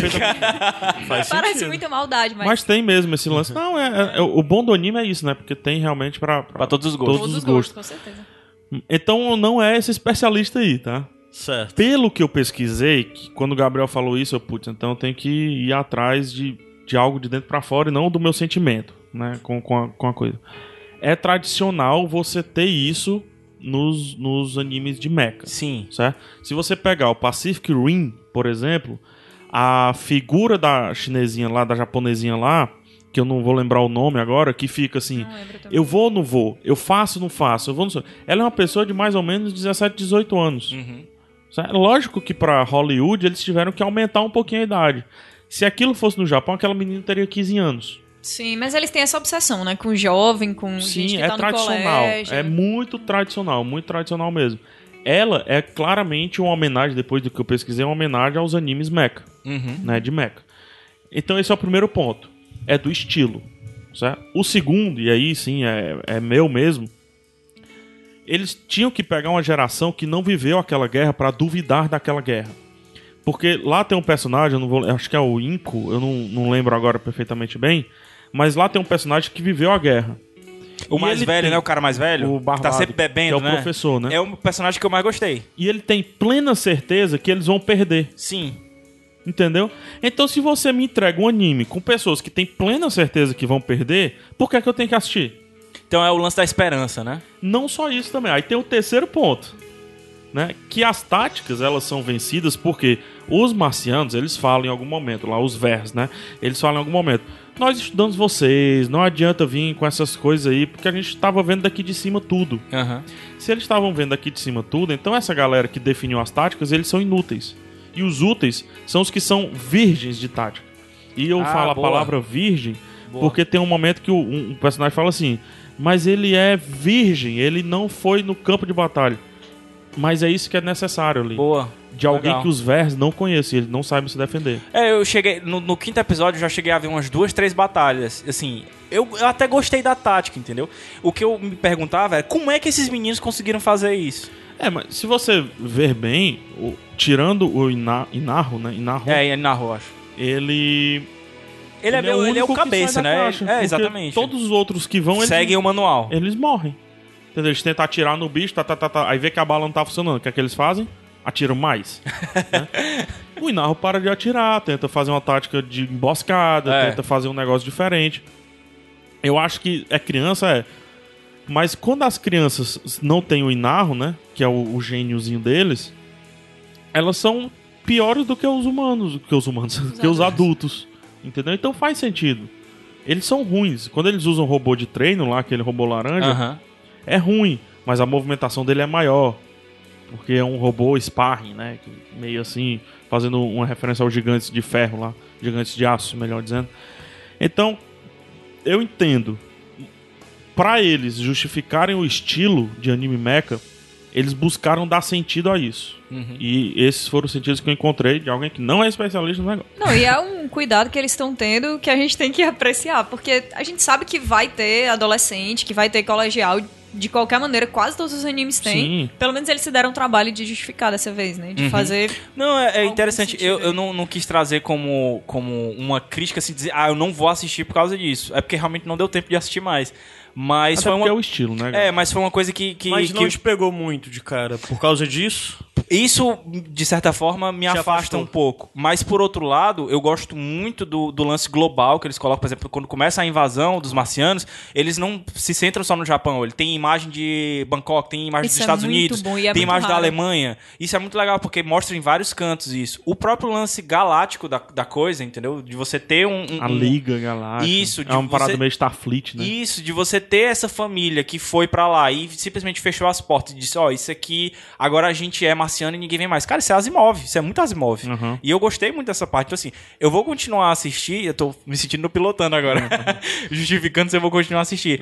Faz Parece sentido. muita maldade, mas. Mas tem mesmo esse lance. Não, é, é- é- o bom do anime é isso, né? Porque tem realmente pra, pra- pra todos os gostos. todos os com certeza. Então não é esse especialista aí, tá? Certo. Pelo que eu pesquisei, que quando o Gabriel falou isso, eu, putz, então eu tenho que ir atrás de, de algo de dentro pra fora e não do meu sentimento, né? Com, com, a, com a coisa. É tradicional você ter isso nos, nos animes de mecha. Sim. certo? Se você pegar o Pacific Rim, por exemplo, a figura da chinesinha lá, da japonesinha lá, que eu não vou lembrar o nome agora, que fica assim, Não lembro também. eu vou ou não vou, eu faço ou não faço, eu vou ou não sou. Ela é uma pessoa de mais ou menos 17, 18 anos. Uhum. certo? Lógico que pra Hollywood eles tiveram que aumentar um pouquinho a idade. Se aquilo fosse no Japão, aquela menina teria 15 anos. Sim, mas eles têm essa obsessão, né? Com jovem, com gente Sim, que é tá no tradicional. colégio. É muito tradicional, muito tradicional mesmo. Ela é claramente uma homenagem, depois do que eu pesquisei, uma homenagem aos animes mecha, Uhum. né, de mecha. Então esse é o primeiro ponto, é do estilo, certo? O segundo, e aí sim, é, é meu mesmo, eles tinham que pegar uma geração que não viveu aquela guerra pra duvidar daquela guerra. Porque lá tem um personagem, eu não vou, eu acho que é o Inco, eu não, não lembro agora perfeitamente bem, mas lá tem um personagem que viveu a guerra. O E mais ele velho, tem- né? O cara mais velho. O que tá barbado, sempre bebendo, que é o professor, né? É o personagem que eu mais gostei. E ele tem plena certeza que eles vão perder, Sim. entendeu? Então se você me entrega um anime com pessoas que têm plena certeza que vão perder, por que é que eu tenho que assistir? Então é o lance da esperança, né? Não só isso também. Aí tem o terceiro ponto, né? Que as táticas elas são vencidas porque os marcianos eles falam em algum momento lá os vers, né? Eles falam em algum momento. Nós estudamos vocês, não adianta vir com essas coisas aí, porque a gente estava vendo daqui de cima tudo. Aham. Se eles estavam vendo aqui de cima tudo, então essa galera que definiu as táticas, eles são inúteis. E os úteis são os que são virgens de tática. E eu Ah, falo boa. a palavra virgem Boa. porque tem um momento que o- um, um personagem fala assim: Mas ele é virgem, ele não foi no campo de batalha. Mas é isso que é necessário ali. Boa. De alguém Legal. que os vers não conhecem, eles não sabem se defender. É, eu cheguei. No, no quinto episódio eu já cheguei a ver umas duas, três batalhas. Assim, eu, eu até gostei da tática, entendeu? O que eu me perguntava é como é que esses meninos conseguiram fazer isso? É, mas se você ver bem, o- tirando o Ina, Inarro, né? Inarro, É, ele narrou, acho. ele Ele é, meu, ele é o único que cabeça, sai da né? caixa, é, porque exatamente. Todos os outros que vão, eles, seguem um o manual. eles morrem. Entendeu? Eles tentam atirar no bicho, tá, tá, tá, tá. aí vê que a bala não tá funcionando. O que é que eles fazem? Atiram mais. né? O Inarro para de atirar, tenta fazer uma tática de emboscada, É. tenta fazer um negócio diferente. Eu acho que é criança, é. Mas quando as crianças não têm o Inarro, né? Que é o, o gêniozinho deles, elas são piores do que os humanos, que os humanos, que os adultos. Entendeu? Então faz sentido. Eles são ruins. Quando eles usam robô de treino lá, aquele robô laranja, Aham. é ruim, mas a movimentação dele é maior. Porque é um robô sparring, né? que Meio assim, fazendo uma referência aos gigantes de ferro lá, gigantes de aço, melhor dizendo. Então, eu entendo. Pra eles justificarem o estilo de anime mecha, eles buscaram dar sentido a isso. Uhum. E esses foram os sentidos que eu encontrei de alguém que não é especialista no negócio. Não, e é um cuidado que eles estão tendo que a gente tem que apreciar, porque a gente sabe que vai ter adolescente, que vai ter colegial, de qualquer maneira, quase todos os animes têm. Sim. Uhum. Pelo menos eles se deram o trabalho de justificar dessa vez, né? De fazer. Não, é, é Algum interessante. sentido Eu, aí. eu não, não quis trazer como, como uma crítica assim, dizer, ah, eu não vou assistir por causa disso. É porque realmente não deu tempo de assistir mais. Mas Até foi porque é uma. o estilo, né? É, mas foi uma coisa que. que, Mas não que- te pegou muito de cara por causa disso? Isso, de certa forma, me Te afasta afastou. um pouco. Mas, por outro lado, eu gosto muito do, do lance global que eles colocam. Por exemplo, quando começa a invasão dos marcianos, eles não se centram só no Japão. Ele tem imagem de Bangkok, tem imagem Isso dos é Estados muito Unidos, bom e é tem muito imagem da raro. Alemanha. Isso é muito legal, porque mostra em vários cantos isso. O próprio lance galáctico da, da coisa, entendeu? De você ter um... um- A um- Liga Galáctica. Isso, de É uma parada você- meio Starfleet, né? isso, de você ter essa família que foi pra lá e simplesmente fechou as portas e disse, ó, isso aqui, agora a gente é marciano e ninguém vem mais. Cara, isso é Asimov, isso é muito Asimov. Uhum. E eu gostei muito dessa parte. Então, assim, eu vou continuar a assistir, eu tô me sentindo no pilotando agora, justificando se eu vou continuar a assistir.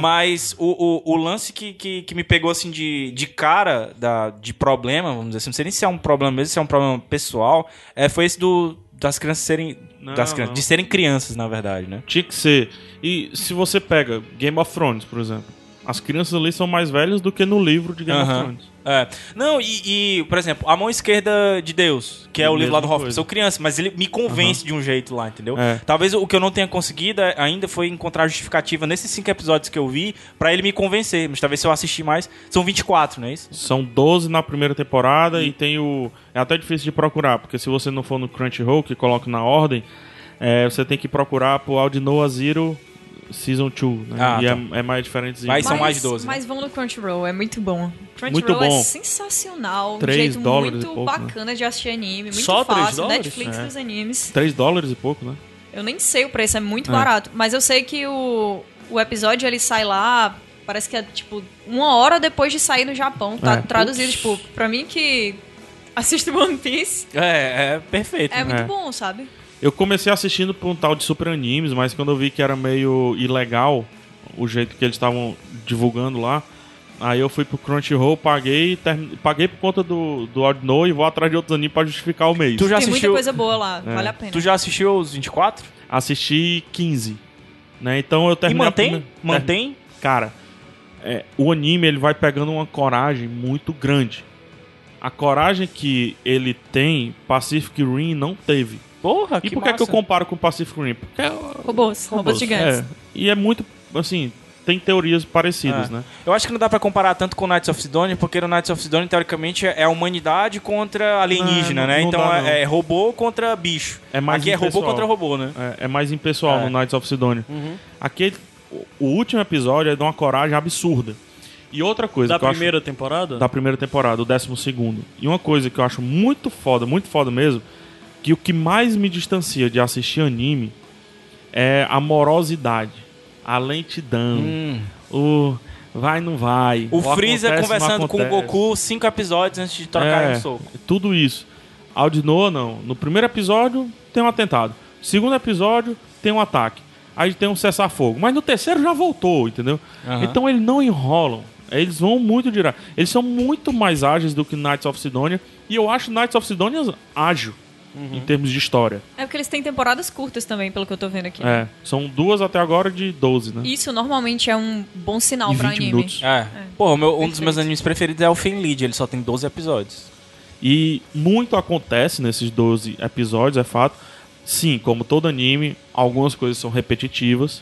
Mas o, o, o lance que, que, que me pegou, assim, de, de cara, da, de problema, vamos dizer assim, não sei nem se é um problema mesmo, se é um problema pessoal, é, foi esse do... Das crianças serem. Não, das crianças, não. De serem crianças, na verdade, né? Tinha que ser. E se você pega Game of Thrones, por exemplo, as crianças ali são mais velhas do que no livro de Game of Aham. Thrones. É. Não, e, e, por exemplo, A Mão Esquerda de Deus, que é, É a o livro lá do mesma Hoffman, coisa. sou criança, mas ele me convence de um jeito lá, entendeu? É. Talvez o que eu não tenha conseguido é, ainda foi encontrar a justificativa nesses cinco episódios que eu vi pra ele me convencer, mas talvez se eu assistir mais, são 24, não é isso? São 12 na primeira temporada Uhum. e tem o. É até difícil de procurar, porque se você não for no Crunchyroll, que coloca na ordem, é, você tem que procurar por Aldinoa Zero Season 2, né? Ah, e é- tá. é, mais diferentezinho. Mas Aí são mais de 12, né? Mas vão no Crunchyroll, é muito bom. Crunchyroll Muito bom. é sensacional. Um 3 jeito dólares muito e pouco, né? bacana de assistir anime. Muito Só 3 fácil. dólares? Netflix É. dos animes. 3 dólares e pouco, né? Eu nem sei o preço, é muito É. barato. Mas eu sei que o, o episódio ele sai lá, parece que é tipo uma hora depois de sair no Japão. Tá É. traduzido, Ups. tipo, pra mim que assisto One Piece, É, é perfeito. é muito É. bom, sabe? Eu comecei assistindo por um tal de Super Animes, mas quando eu vi que era meio ilegal o jeito que eles estavam divulgando lá, Aí eu fui pro Crunchyroll, paguei, termi- paguei por conta do, do Audino e vou atrás de outros animes pra justificar o mês. Tu já Tem muita assistiu? coisa boa lá, vale a pena. Tu já assistiu os 24? Assisti 15. Né? Então eu e terminei. a mantém? primeira- Mantém? Cara, é, o anime ele vai pegando uma coragem muito grande. A coragem que ele tem, Pacific Rim não teve. Porra, E Ah, que por que, é que eu massa. comparo com Pacific Rim? Porque é Robôs, robôs gigantes. É, e é muito, assim, tem teorias parecidas, É. né? Eu acho que não dá pra comparar tanto com Knights of Sidonia, porque no Knights of Sidonia, teoricamente, é a humanidade contra alienígena, Não, não- né? não então dá, é- não. é, robô contra bicho. É mais Aqui é robô impessoal. contra robô, né? É, é mais impessoal É. no Knights of Sidonia. Aquele, o- o último episódio é de uma coragem absurda. E outra coisa Da que eu primeira temporada? acho, da primeira temporada, o décimo segundo. E uma coisa que eu acho muito foda, muito foda mesmo, que o que mais me distancia de assistir anime é a morosidade, a lentidão, o vai não vai, Hum. O Freeza acontece, não conversando com o acontece. Goku cinco episódios antes de trocar É, um soco. Tudo isso. Aldinoa, não. No primeiro episódio, tem um atentado. No segundo episódio, tem um ataque. Aí tem um cessar-fogo. Mas no terceiro já voltou, entendeu? Aham. Então eles não enrolam. Eles vão muito direto. Eles são muito mais ágeis do que Knights of Sidonia. E eu acho Knights of Sidonia ágil Uhum. em termos de história. É porque eles têm temporadas curtas também, pelo que eu tô vendo aqui. É, são duas até agora de 12, né? Isso normalmente é um bom sinal E pra 20 anime. minutos. É. Pô, o meu- um dos Perfeito. meus animes preferidos é o Fenlid, ele só tem 12 episódios. E muito acontece nesses 12 episódios, é fato. Sim, como todo anime, algumas coisas são repetitivas.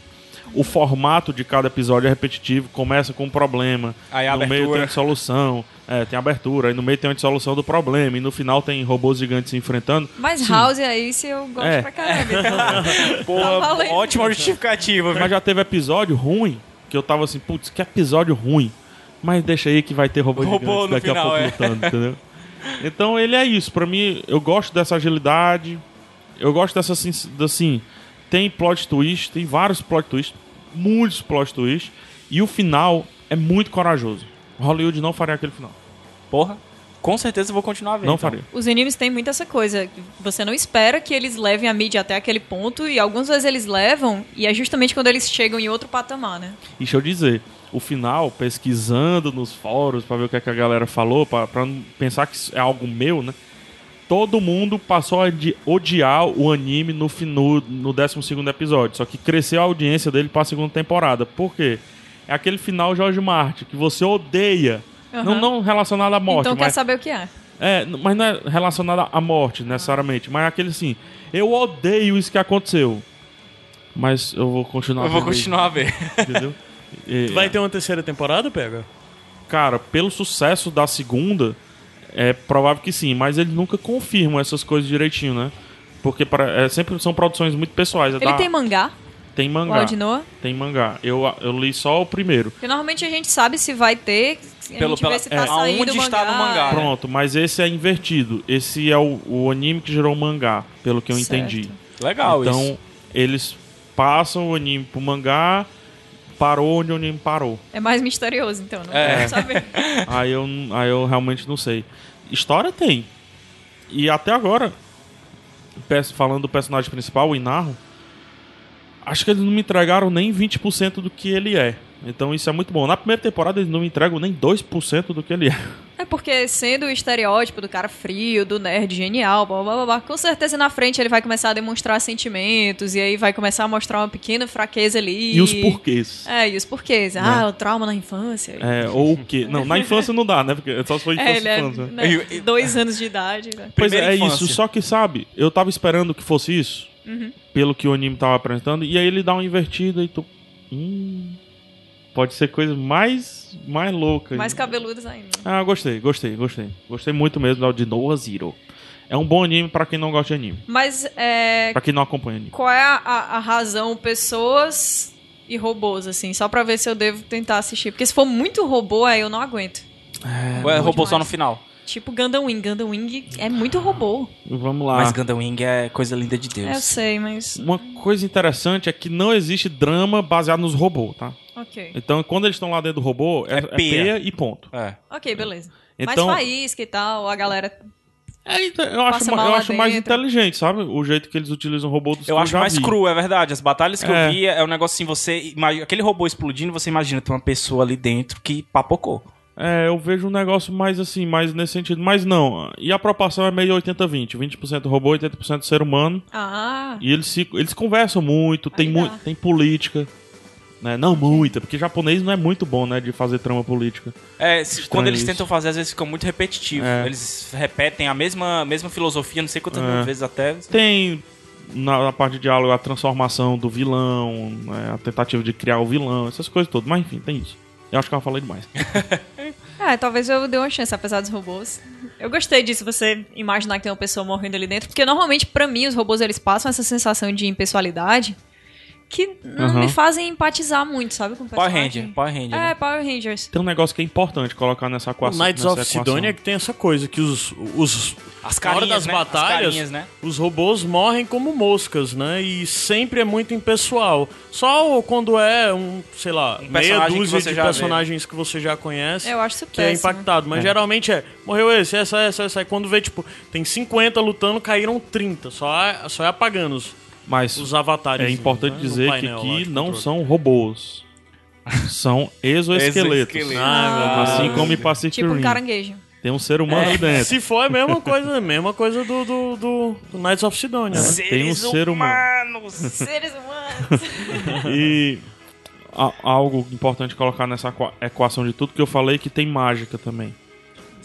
O formato de cada episódio é repetitivo, começa com um problema, Aí a no meio abertura. tem solução, é, tem abertura, aí no meio tem a dissolução do problema, e no final tem robôs gigantes se enfrentando. Mas Sim, House aí se eu gosto É. pra caramba. então. Tá Porra, valendo. ótima justificativa, viu? Mas já teve episódio ruim, que eu tava assim, putz, que episódio ruim. Mas deixa aí que vai ter robô, Robô gigante no daqui final, a pouco é. lutando, entendeu? Então ele é isso. Pra mim, eu gosto dessa agilidade. Eu gosto dessa, assim, assim, tem plot twist, tem vários plot twists, muitos plot twists. E o final é muito corajoso. Hollywood não faria aquele final. Porra, com certeza eu vou continuar vendo. Não então. faria. Os animes têm muito essa coisa. que Você não espera que eles levem a mídia até aquele ponto, e algumas vezes eles levam, e é justamente quando eles chegam em outro patamar, né? E deixa eu dizer, o final, pesquisando nos fóruns pra ver o que, é que a galera falou, pra, pra não pensar que isso é algo meu, né? Todo mundo passou a de- odiar o anime no, fi- no, no 12 episódio. Só que cresceu a audiência dele pra segunda temporada. Por quê? É aquele final Jorge Martin, que você odeia. Não, Aham. não relacionado à morte, então quer mas, saber o que é. é, n- mas não é relacionado à morte, necessariamente. Mas é aquele assim, eu odeio isso que aconteceu. Mas eu vou continuar. Eu vou vendo isso", continuar a ver. Entendeu? E- Tu vai ter uma terceira temporada, pega? Cara, pelo sucesso da segunda, é provável que sim, mas eles nunca confirmam essas coisas direitinho, né? Porque pra- é, sempre são produções muito pessoais. é Ele da- tem mangá, tem o mangá. Aldinoa, Tem mangá. Eu, eu li só o primeiro. porque normalmente a gente sabe se vai ter, se a Pelo- gente pela- vê se tá é. saindo Aonde o está no mangá. é. Pronto, mas esse é invertido. Esse é o, o anime que gerou o mangá, pelo que eu Certo. entendi. Legal então, Ah, isso. eles passam o anime pro mangá, parou onde o anime parou. É mais misterioso, então, não É. quero saber. aí, eu, aí eu realmente não sei. História tem. E até agora, pers- falando do personagem principal, o Inarro, acho que eles não me entregaram nem 20% do que ele é. Então isso é muito bom. Na primeira temporada eles não me entregam nem 2% do que ele é. É porque sendo o estereótipo do cara frio, do nerd genial, blá blá blá, blá com certeza na frente ele vai começar a demonstrar sentimentos e aí vai começar a mostrar uma pequena fraqueza ali. E os porquês. É, e os porquês. Ah, o trauma na infância. Né? É, ou o quê? Não, na infância não dá, né? Porque só se for infância. É, ele é infância. né? né, Eu- eu- dois anos de idade. né? Pois é, Primeira é infância. isso. Só que, sabe, eu tava esperando que fosse isso. Uhum. Pelo que o anime tava apresentando. E aí ele dá uma invertida e tu... Hum, pode ser coisa mais, mais louca. Mais cabeludos ainda. Ah, gostei, gostei, gostei. Gostei muito mesmo de Noah Zero. É um bom anime pra quem não gosta de anime. Mas é, Pra quem não acompanha anime. qual é a, a- a razão pessoas e robôs, assim? Só pra ver se eu devo tentar assistir. Porque se for muito robô, aí eu não aguento. é, Ué, roubou é demais. só no final. Tipo Gundam Wing. Gundam Wing é muito robô. Vamos lá. Mas Gundam Wing é coisa linda de É, Eu Deus. sei, mas... Uma coisa interessante é que não existe drama baseado nos robôs, tá? Ok. Então, quando eles estão lá dentro do robô, é, É é peia. peia e ponto. É. Ok, beleza. Então- Mas faísca e tal, a galera É, então, eu acho, Passa ma- mal eu lá acho mais dentro. inteligente, sabe? O jeito que eles utilizam o robô dos Eu que acho já mais vi. cru, é verdade. As batalhas que É. eu via é um negócio assim, você. imagina- Aquele robô explodindo, você imagina tem uma pessoa ali dentro que papocou. É, eu vejo um negócio mais assim, mais nesse sentido. Mas não, e a proporção é meio 80-20. 20% robô, 80% ser humano. Ah, E eles, se- eles conversam muito, tem, Aí mui- dá. tem política. Né? Não muita, porque japonês não é muito bom, né, de fazer trama política. É, se- Estranho quando eles isso. tentam fazer, às vezes fica muito repetitivo. É. Eles repetem a mesma, mesma filosofia, não sei quantas É. vezes até. Tem na, na parte de diálogo a transformação do vilão, né, a tentativa de criar o vilão, essas coisas todas. Mas enfim, tem isso. Eu acho que eu falei demais. é, talvez eu dê uma chance, apesar dos robôs. Eu gostei disso, você imaginar que tem uma pessoa morrendo ali dentro, porque normalmente, pra mim, os robôs eles passam essa sensação de impessoalidade que não Aham. me fazem empatizar muito, sabe? Com o Power personagem. Ranger, Power Ranger. né? É, Power Rangers. Tem um negócio que é importante colocar nessa O equação. Knights nessa of equação. Sidonia que tem essa coisa, que os. os As na hora carinhas, das né? As batalhas, carinhas, né? os robôs morrem como moscas, né? E sempre é muito impessoal. Só quando é um, sei lá, meia personagem que dúzia você de já vê. personagens que você já conhece. Eu acho isso que é péssimo. impactado. Mas geralmente é, morreu esse, essa, essa, essa. Aí quando vê, tipo, tem 50 lutando, caíram 30. Só é, só é apagando os, Mas os avatares. é importante né, no dizer painel que lá de aqui não controle. são robôs. São exoesqueletos. Exoesqueletos. Ah, meu Assim Deus. como em Pacific Tipo um Rim. caranguejo. Tem um ser humano ali dentro. Se for, é a mesma coisa, a mesma coisa do, do, do, do Knights of Sidonia. né? Seres Tem um ser humano. humanos. Seres humanos. E a- algo importante colocar nessa equa- equação de tudo que eu falei é que tem mágica também.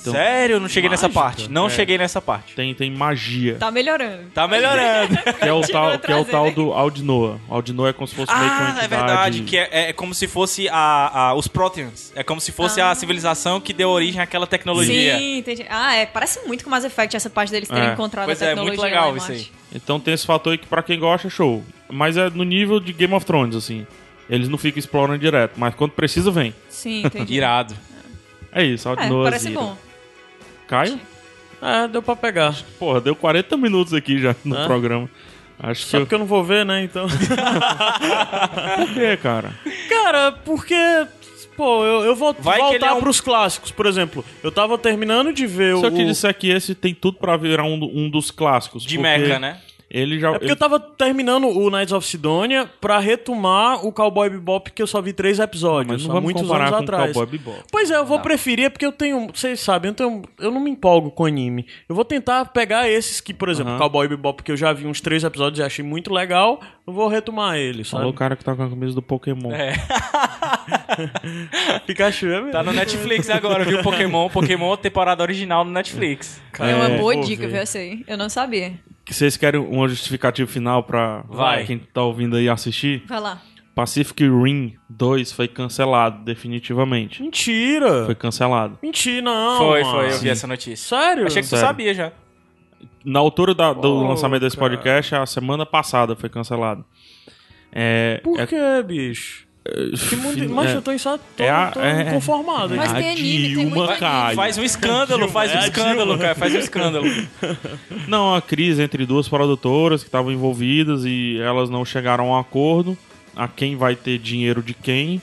Então- É. Sério, não cheguei nessa Mágica. parte. Não cheguei nessa parte. Tem, tem magia. Tá melhorando. Tá melhorando. Que é o Continua tal, que é o trazendo tal aí. do Aldinoa. Aldinoa é como se fosse meio que uma Ah, entidade. é verdade, que é, é como se fosse a, a- os Proteans. É como se fosse a civilização que deu origem àquela tecnologia. Sim, entendi. Ah, é. Parece muito com Mass Effect essa parte deles terem É. encontrado Pois a é, tecnologia. muito lá legal em isso aí. Marte. Então tem esse fator aí que pra quem gosta, show. Mas é no nível de Game of Thrones, assim. Eles não ficam explorando direto, mas quando precisa, vem. Sim, entendi. Irado. É isso, É, Aldinoa. parece Zira. bom. Caio? É, deu pra pegar. Porra, deu 40 minutos aqui já no Hã? programa. Acho que Só eu... porque eu não vou ver, né? Então. Por quê, cara? Cara, porque. Pô, eu, eu vou Vai que ele voltar é um- pros clássicos, por exemplo. Eu tava terminando de ver Se o. eu te disser que esse tem tudo pra virar um, do- um dos clássicos. De porque mecha, né? Ele já. É porque ele- eu tava terminando o Knights of Sidonia pra retomar o Cowboy Bebop, que eu só vi três Mas episódios, não há vamos muitos comparar anos com atrás. Cowboy Bebop. Pois é, eu vou preferir, é porque eu tenho. Vocês sabem, eu, tenho, eu não me empolgo com anime. Eu vou tentar pegar esses que, por exemplo, Aham. Cowboy Bebop, que eu já vi uns três episódios e achei muito legal. Eu vou retomar ele, sabe? Falou o cara que tá com a camisa do Pokémon. É. Pikachu é mesmo. Tá no Netflix agora, viu? Pokémon, Pokémon temporada original no Netflix. É uma boa vou dica, ver. viu? Eu sei. Eu não sabia. Que vocês querem uma justificativa final pra Vai. quem tá ouvindo aí assistir? Vai lá. Pacific Rim 2 foi cancelado, definitivamente. Mentira! Foi cancelado. Mentira, não. foi, mano. foi, eu sim. vi essa notícia. Sério? Achei que tu Sério. sabia já. Na altura da- do Pô, lançamento desse cara. podcast, a semana passada foi cancelado. É. Por é- que, bicho? Que mundo... Mas é- eu tô, insa... tô, é a- tô é- inconformado. Mas a tem anime, tem Dilma muito anime. cai. Faz um escândalo, faz um é a escândalo, Dilma. cara. Faz um escândalo. Não, a crise entre duas produtoras que estavam envolvidas e elas não chegaram a um acordo a quem vai ter dinheiro de quem.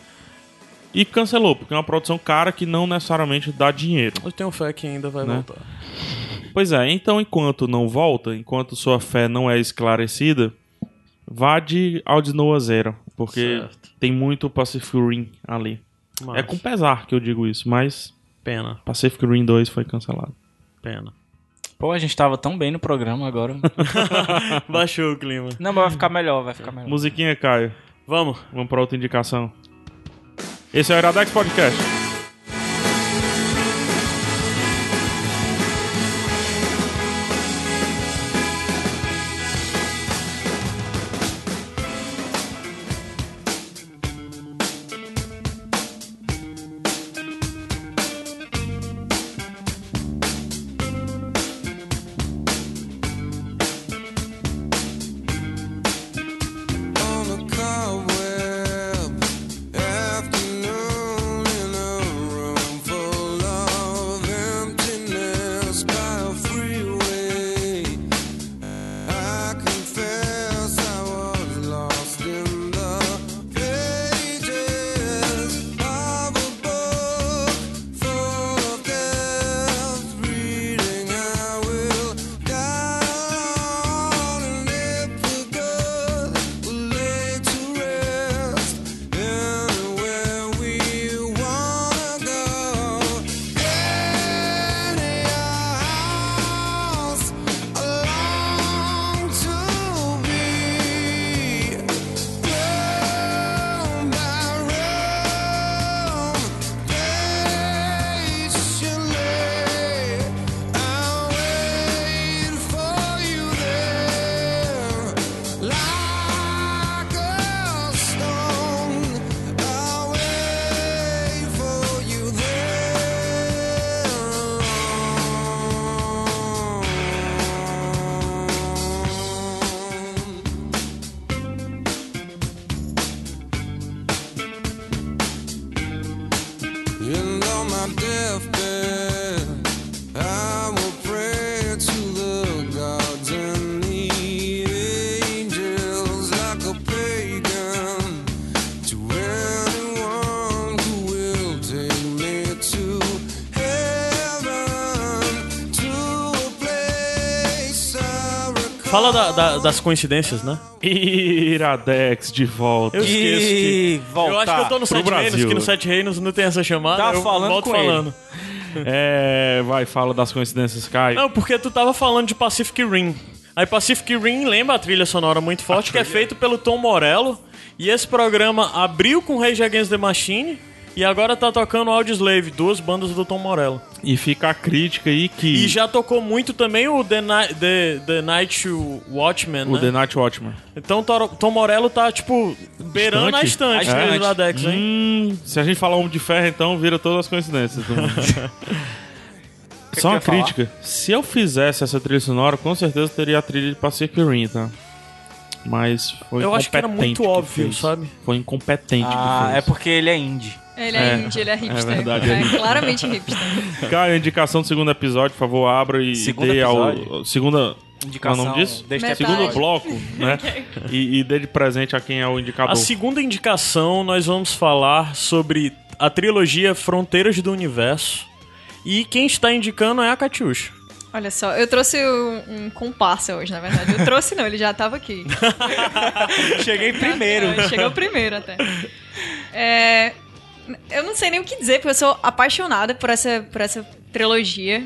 E cancelou, porque é uma produção cara que não necessariamente dá dinheiro. Eu tenho fé que ainda vai Né? voltar. Pois é, então enquanto não volta, enquanto sua fé não é esclarecida, vá de Aldinoa Zero, porque Certo. tem muito Pacific Rim ali. Mas, É com pesar que eu digo isso, mas Pena, Pacific Rim 2 foi cancelado. pena. Pô, a gente tava tão bem no programa agora. Baixou o clima. Não, mas vai ficar melhor, vai ficar melhor. Musiquinha, Caio. Vamos. Vamos para outra indicação. Esse é o Iradex Podcast. On a cobweb afternoon in a Fala da- da- das coincidências, né? Iradex de volta. Eu esqueço que... E voltar Eu acho que eu tô pro no Sete Reinos, Brasil. que no Sete Reinos não tem essa chamada. Tá eu falando volto com ele. falando. É, vai, fala das coincidências, Caio. Não, porque tu tava falando de Pacific Rim. Aí Pacific Rim lembra a trilha sonora muito forte, que é feito pelo Tom Morello. E esse programa abriu com Rage Against the Machine. E agora tá tocando Audioslave, duas bandas do Tom Morello. E fica a crítica aí que E já tocou muito também o The, Ni- The- The Night Watchman, o né? The Night Watchman. Então Toro- Tom Morello tá, tipo, beirando a Estante? estante A do estante. Iradex, hein? É. Hum, se a gente falar Homem de Ferro, então vira todas as coincidências do mundo. Só eu uma ia falar? crítica. Se eu fizesse essa trilha sonora, com certeza teria a trilha de Pacific Rim, tá? Mas foi Eu acho que era incompetente muito óbvio, fez. sabe? Foi incompetente Ah, que é fez. porque ele é indie. Ele É, é, indie, ele é hipster. verdade, é É claramente hipster. Cara, indicação do segundo episódio, por favor, abra e Segundo dê episódio? ao... Segunda... Qual é o Indicação nome disso? deste Metade. Segundo episódio. bloco, né? e, e dê de presente a quem é o indicador. A segunda indicação, nós vamos falar sobre a trilogia Fronteiras do Universo. E quem está indicando é a Catiuxa. Olha só, eu trouxe um, um comparsa hoje, na verdade. Eu trouxe não, ele já tava aqui. Cheguei primeiro. Ele Chegou primeiro até. É, eu não sei nem o que dizer, porque eu sou apaixonada por essa, por essa trilogia.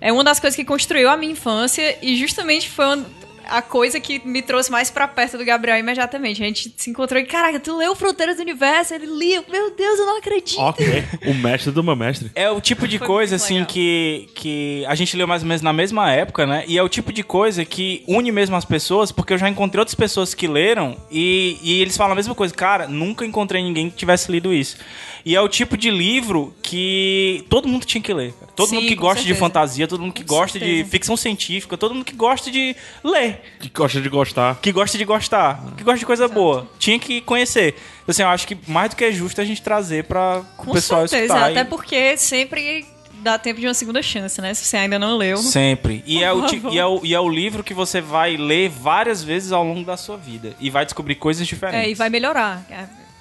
É uma das coisas que construiu a minha infância e justamente foi uma- a coisa que me trouxe mais pra perto do Gabriel imediatamente. A gente se encontrou e, caraca, tu leu Fronteiras do Universo? Ele lia, meu Deus, eu não acredito. Ok. o mestre do meu mestre. É o tipo de Foi coisa, muito assim, legal. que, que a gente leu mais ou menos na mesma época, né? E é o tipo de coisa que une mesmo as pessoas, porque eu já encontrei outras pessoas que leram e, e eles falam a mesma coisa. Cara, nunca encontrei ninguém que tivesse lido isso. E é o tipo de livro que todo mundo tinha que ler. cara. Todo Sim, mundo que com gosta de certeza. fantasia, todo mundo que Com gosta de certeza. ficção científica, todo mundo que gosta de ler Que gosta de gostar. que gosta de gostar, que gosta de coisa boa. Tinha que conhecer. Então, assim, eu acho que mais do que é justo a gente trazer pra o Com pessoal certeza, escutar. até e- porque sempre dá tempo de uma segunda chance, né? Se você ainda não leu. Sempre. E é, o, ti- favor. e, é o, e é o livro que você vai ler várias vezes ao longo da sua vida. E vai descobrir coisas diferentes. É, e vai melhorar.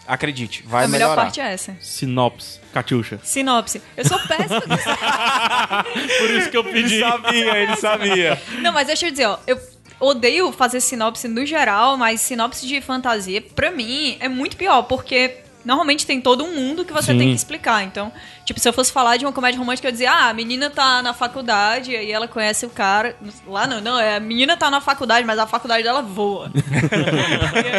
Acredite, vai a melhor melhorar. parte é essa. Sinopse. Catiuxa. Sinopse. Eu sou péssima com isso. Por isso que eu pedi. Ele sabia, ele sabia. Não, mas deixa eu dizer, ó. Eu odeio fazer sinopse no geral, mas sinopse de fantasia, pra mim, é muito pior, porque normalmente tem todo um mundo que você Sim. tem que explicar. Então, tipo, se eu fosse falar de uma comédia romântica, eu dizia, ah, a menina tá na faculdade, aí ela conhece o cara. Lá não, não, é a menina tá na faculdade, mas a faculdade dela voa.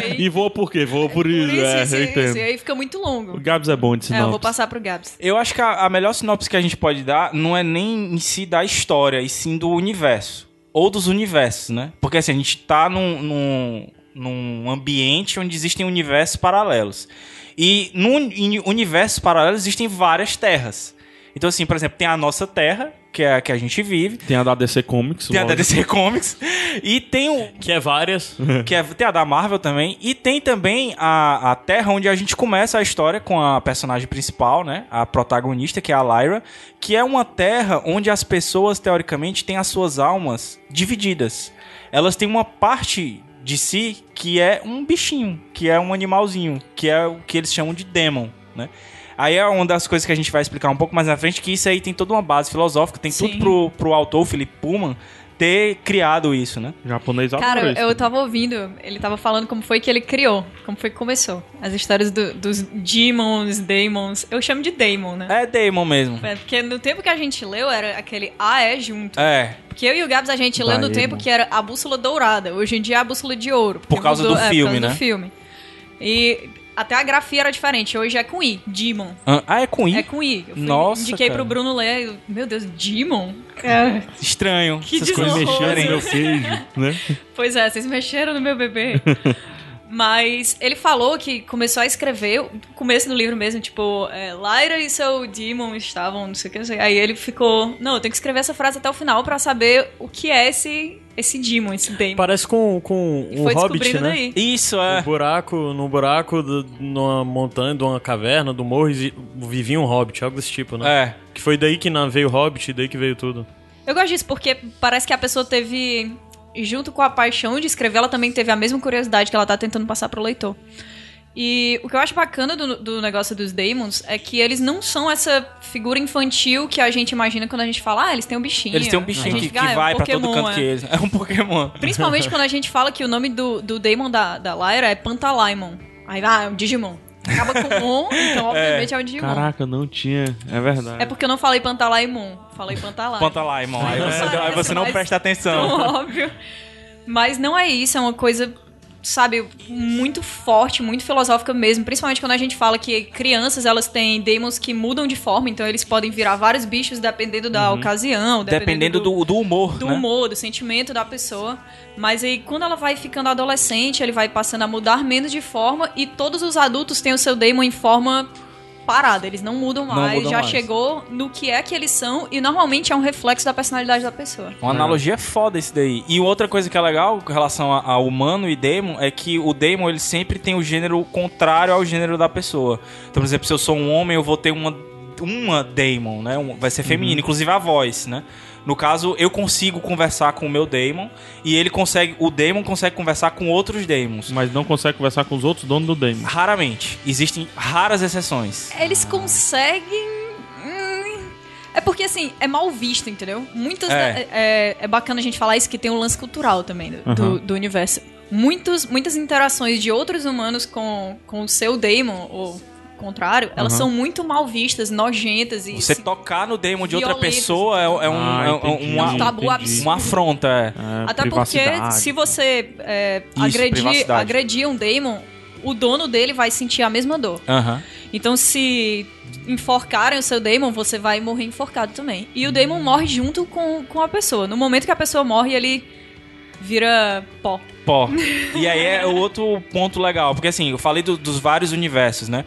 e aí, E vou por quê? Vou por isso. é, eu entendo. E aí fica muito O longo. Gabs é bom de É, sinopse. eu vou passar pro Gabs. Eu acho que a, a melhor sinopse que a gente pode dar não é nem em si da história, e sim do universo. Ou dos universos, né? Porque assim, a gente tá num, num, num ambiente onde existem universos paralelos. E num, em universos paralelos existem várias terras. Então, assim, por exemplo, tem a nossa terra, que é a que a gente vive. Tem a da DC Comics. Tem a da lógico. DC Comics. E tem um o, Que é várias. que é, tem a da Marvel também, e tem também a, a Terra, onde a gente começa a história com a personagem principal, né? A protagonista, que é a Lyra, que é uma terra onde as pessoas, teoricamente, têm as suas almas divididas. Elas têm uma parte de si que é um bichinho, que é um animalzinho, que é o que eles chamam de demon, né? Aí é uma das coisas que a gente vai explicar um pouco mais na frente, que isso aí tem toda uma base filosófica, tem Sim. tudo pro, pro autor, o Philip Pullman, ter criado isso, né? Japonês adora Cara, isso. eu tava ouvindo, ele tava falando como foi que ele criou, como foi que começou. As histórias do- dos demons, daemons. Eu chamo de daemon, né? É Damon mesmo. É, Porque no tempo que a gente leu era aquele A é junto. É, Porque eu e o Gabs a gente leu no Daemon. tempo que era a bússola dourada. Hoje em dia é a bússola de ouro. porque Por causa do é, por filme, causa né? Do filme. E até a grafia era diferente. Hoje é com I, demon. Ah, é com I? É com I. Eu fui- Nossa, indiquei cara. pro Bruno ler. eu, Meu Deus, demon? É. Estranho. Que Essas coisas desonroso. mexendo no meu- queijo, né? Pois é, vocês mexeram no meu bebê. Mas ele falou que começou a escrever, o começo do livro mesmo, tipo, é, Lyra e seu Demon estavam, não sei o que, não sei. Aí ele ficou, não, eu tenho que escrever essa frase até o final pra saber o que é esse, esse Demon, esse Demon. Parece com, com E o foi Hobbit, descobrindo né? daí. Isso, Um é. buraco, num buraco, do- numa montanha, de uma caverna, do morro, exi- vivia um hobbit, algo desse tipo, né? É. Que foi daí que na- veio o hobbit, e daí que veio tudo. Eu gosto disso porque parece que a pessoa teve, junto com a paixão de escrever, ela também teve a mesma curiosidade que ela tá tentando passar pro leitor. E o que eu acho bacana do, do negócio dos Daemons é que eles não são essa figura infantil que a gente imagina quando a gente fala, ah, eles têm um bichinho. Eles têm um A bichinho gente que, fica, "Ah, é que um vai pra todo Pokémon, canto é." que eles. É um Pokémon. Principalmente quando a gente fala que o nome do, do Daemon da, da Lyra é Pantalaimon. Aí, ah, é um Digimon. Acaba com on, então obviamente é, um Digimon. Caraca, não tinha. É verdade. É porque eu não falei Pantalaimon, falei Pantalaimon. Conta lá, irmão. Aí você, Parece, aí você não mas- presta Tão atenção. óbvio. Mas não é isso, é uma coisa, sabe, muito forte, muito filosófica mesmo. Principalmente quando a gente fala que crianças, elas têm demons que mudam de forma, então eles podem virar vários bichos dependendo da ocasião, Dependendo do, do humor, do né? humor, do sentimento da pessoa. Mas aí, quando ela vai ficando adolescente, ele vai passando a mudar menos de forma e todos os adultos têm o seu daemon em forma parada. Eles não mudam mais, mudam já mais. chegou no que é que eles são e normalmente é um reflexo da personalidade da pessoa. Uma analogia foda isso daí. E outra coisa que é legal com relação a, a humano e demon é que o demon ele sempre tem o gênero contrário ao gênero da pessoa. Então, por exemplo, se eu sou um homem, eu vou ter uma, uma demon, né? Um- vai ser Uhum. feminino, inclusive a voz, né? No caso, eu consigo conversar com o meu demon e ele consegue, o demon consegue conversar com outros demons. Mas não consegue conversar com os outros donos do Damon. Raramente. Existem raras exceções. Eles conseguem. hum, É porque, assim, é mal visto, entendeu? Muitas. É. da- É, é bacana a gente falar isso, que tem um lance cultural também do, do- Aham. do universo. Muitos, muitas interações de outros humanos com, com o seu Daemon, ou contrário, elas Aham. são muito mal vistas, nojentas e. Você assim, tocar no demon de outra Violentos. pessoa é, é um, Ah, é um- entendi, uma, um tabu entendi. absurdo. uma afronta. é. É, Até porque privacidade. se você é, Isso, agredir, privacidade. agredir um Daemon, o dono dele vai sentir a mesma dor. Aham. Então, se enforcarem o seu Daemon, você vai morrer enforcado também. E o Daemon morre junto com, com a pessoa. No momento que a pessoa morre, ele vira pó. Pó. E aí é o outro ponto legal, porque assim, eu falei do- dos vários universos, né?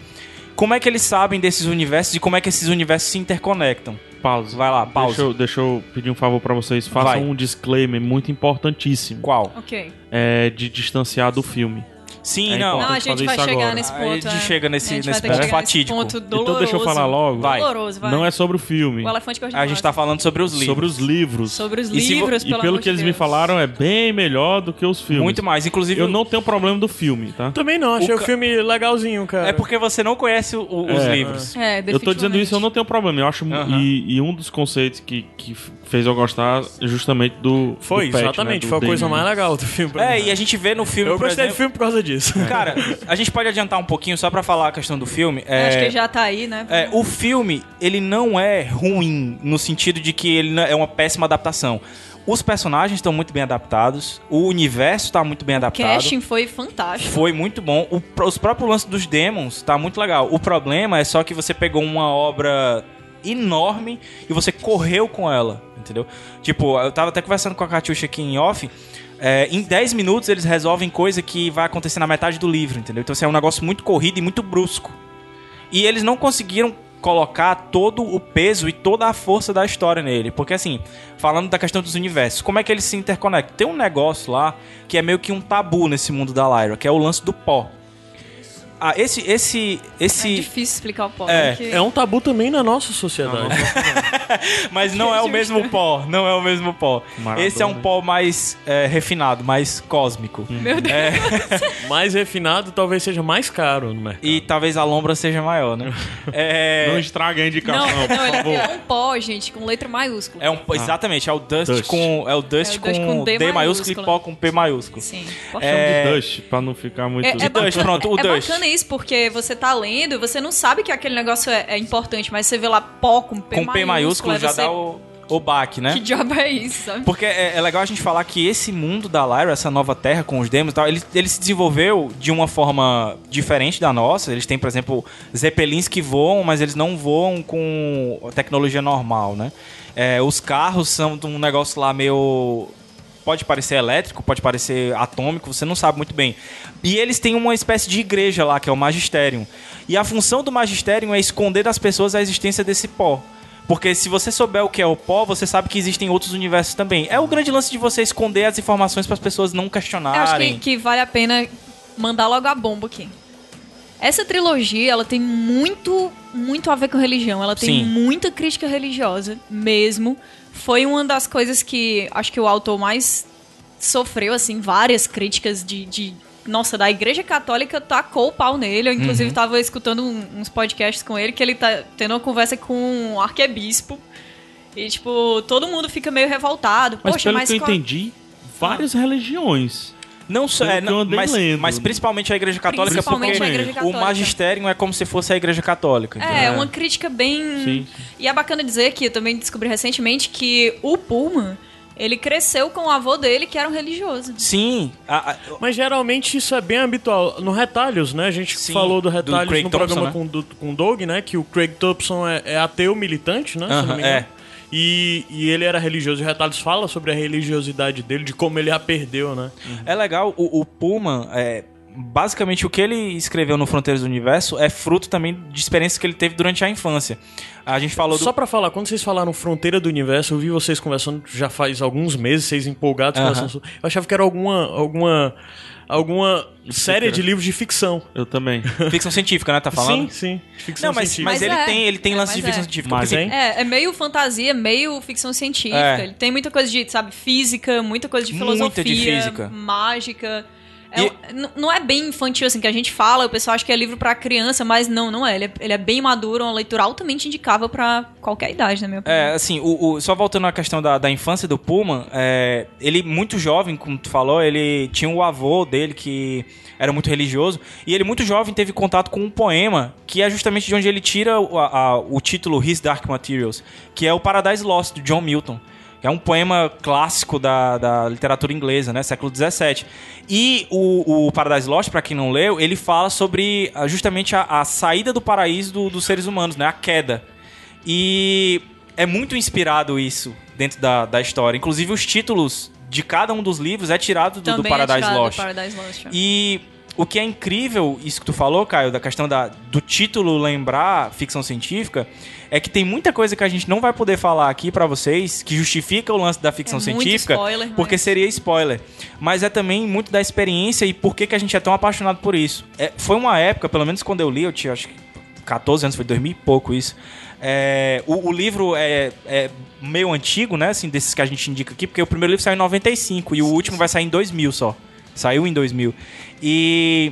Como é que eles sabem desses universos e como é que esses universos se interconectam? Pausa. Vai lá, pausa. Deixa eu, deixa eu pedir um favor pra vocês. Façam Vai. um disclaimer muito importantíssimo. Qual? Ok. É, de distanciar do filme. Sim, É não. Não, Ah, a importante gente fazer vai isso chegar agora. nesse A ponto. gente é. chega nesse- a gente nesse vai ter que ponto chegar fatídico. ponto doloroso. então deixa eu falar logo. Vai. Doloroso, vai. Não é sobre o filme. O elefante cor de A gente tá falando sobre os livros. Sobre os livros. Sobre os E se vo- livros, e pelo pelo, amor que de eles me Deus. falaram, é bem melhor do que os filmes. Muito mais. Inclusive, Eu não tenho problema do filme, tá? Também não, achei O o, ca- filme legalzinho, cara. é porque você não conhece o- o- os É. livros. É, Eu tô dizendo isso, eu não tenho problema. Eu acho. Aham. E, e um dos conceitos que, que fez eu gostar é justamente do. Foi, do Pet, exatamente, né, do foi a coisa Damon. mais legal do filme. pra É, mim. e a gente vê no filme, Eu por gostei do exemplo... filme por causa disso. Cara, a gente pode adiantar um pouquinho só pra falar a questão do filme. É... Acho que já tá aí, né? É, o filme, ele não é ruim no sentido de que ele não- é uma péssima adaptação. Os personagens estão muito bem adaptados, o universo tá muito bem O adaptado. casting foi fantástico. Foi muito bom. O pró- os próprios lances dos demons tá muito legal. O problema é só que você pegou uma obra enorme e você correu com ela, entendeu? Tipo, eu tava até conversando com a Catiuxa aqui em off. é, em 10 minutos eles resolvem coisa que vai acontecer na metade do livro, entendeu? Então assim, é um negócio muito corrido e muito brusco. E eles não conseguiram colocar todo o peso e toda a força da história nele. Porque assim, falando da questão dos universos, como é que eles se interconectam? Tem um negócio lá que é meio que um tabu nesse mundo da Lyra, que é o lance do pó. Ah, esse. esse, É esse difícil explicar o pó. É, porque- É um tabu também na nossa sociedade. Mas não é o Justo. mesmo pó, não é o mesmo pó. Maradona. Esse é um pó mais é, refinado, mais cósmico. Meu Deus. Mais refinado talvez seja mais caro né? no mercado. E talvez a lombra seja maior, né? É, Não estraga a Não, indicação, não, por ele favor. é um pó, gente, com letra maiúscula. é um, Exatamente, é o Dust, Dust. com. É o Dust, É o com, Dust com D, D maiúsculo maiúsculo. e pó com P maiúsculo. Sim. pode É, chamar. Chama de Dust, pra não ficar muito. É, é O Dust, bacana- pronto, o é Dust. bacana isso, porque você tá lendo e você não sabe que aquele negócio é, é importante, mas você vê lá pó com P com P maiúsculo aí já você, dá o, o baque, né? Que diabo é isso, sabe? Porque é, é legal a gente falar que esse mundo da Lyra, essa nova terra com os demos e tal, ele, ele se desenvolveu de uma forma diferente da nossa. Eles têm, por exemplo, zeppelins que voam, mas eles não voam com tecnologia normal, né? É, os carros são de um negócio lá meio. Pode parecer elétrico, pode parecer atômico, você não sabe muito bem. E eles têm uma espécie de igreja lá, que é o Magisterium. E a função do Magisterium é esconder das pessoas a existência desse pó. Porque se você souber o que é o pó, você sabe que existem outros universos também. É o grande lance de você esconder as informações para as pessoas não Eu acho que, questionarem. que vale a pena mandar logo a bomba aqui. Essa trilogia, ela tem muito, muito a ver com religião. Ela tem Sim. muita crítica religiosa, mesmo. Foi uma das coisas que acho que o autor mais sofreu, assim, várias críticas de, de nossa, da Igreja Católica tacou o pau nele. Eu, Uhum. inclusive, estava tava escutando um- uns podcasts com ele, que ele tá tendo uma conversa com um arquebispo. E, tipo, todo mundo fica meio revoltado. Mas Poxa, pelo mas que eu qual- entendi, várias religiões. Não só, Pelo é, que não, eu andei mas, lendo. mas principalmente a Igreja Católica, Principalmente porque a Igreja o Católica. magistério é como se fosse a Igreja Católica. É, uma crítica bem. Sim. E é bacana dizer que eu também descobri recentemente que o Pullman, ele cresceu com o avô dele, que era um religioso. Sim, a- a- Mas geralmente isso é bem habitual. No Retalhos, né? A gente Sim, falou do do Retalhos Craig no Thompson, programa né? com, do, com o Doug, né? Que o Craig Thompson é, é ateu militante, né? se Aham, não me engano. é. E, e ele era religioso. E o Retalhos fala sobre a religiosidade dele, de como ele a perdeu, né? é legal, o, o Puma, é, basicamente o que ele escreveu no Fronteiras do Universo é fruto também de experiências que ele teve durante a infância. A gente falou do... Só pra falar, quando vocês falaram Fronteira do Universo, eu vi vocês conversando já faz alguns meses, vocês empolgados Aham. conversando. sobre- Eu achava que era alguma alguma alguma série de livros de ficção. Eu também. Ficção científica, né? Tá Sim, falando? sim. De ficção Não, mas, científica. mas Mas ele é. tem, ele tem É, lance de mas ficção é. científica. Tipo assim, Mas porque- hein? É, é meio fantasia, meio ficção científica. É. Ele tem muita coisa de, sabe, física, muita coisa de filosofia, Muita de física. mágica. É E- um- n- Não é bem infantil, assim, que a gente fala, o pessoal acha que é livro pra criança, mas não, não é. Ele é, ele é bem maduro, uma leitura altamente indicável pra qualquer idade, na minha opinião. É, assim, o, o- só voltando à questão da, da infância do Puma, é, ele muito jovem, como tu falou, ele tinha o avô dele que era muito religioso, e ele muito jovem teve contato com um poema, que é justamente de onde ele tira o, a- a- o título His Dark Materials, que é o Paradise Lost, do John Milton. É um poema clássico da, da literatura inglesa, né? Século XVII. E o, o Paradise Lost, pra quem não leu, ele fala sobre ah, justamente a, a saída do paraíso do- dos seres humanos, né? A queda. E é muito inspirado isso dentro da, da história. Inclusive, os títulos de cada um dos livros é tirado do, do Também é Paradise tirado do Lost. Paradise Lost, é. E o que é incrível, isso que tu falou, Caio, da questão da, do título lembrar ficção científica, é que tem muita coisa que a gente não vai poder falar aqui pra vocês que justifica o lance da ficção É muito científica, spoiler, porque mas- seria spoiler. Mas é também muito da experiência e por que, que a gente é tão apaixonado por isso. É, foi uma época, pelo menos quando eu li, eu tinha acho que 14 anos, foi 2000 e pouco isso. É, o, o livro é, é meio antigo, né? Assim, desses que a gente indica aqui, porque o primeiro livro saiu em 95 e o último vai sair em 2000 só. Saiu em 2000. E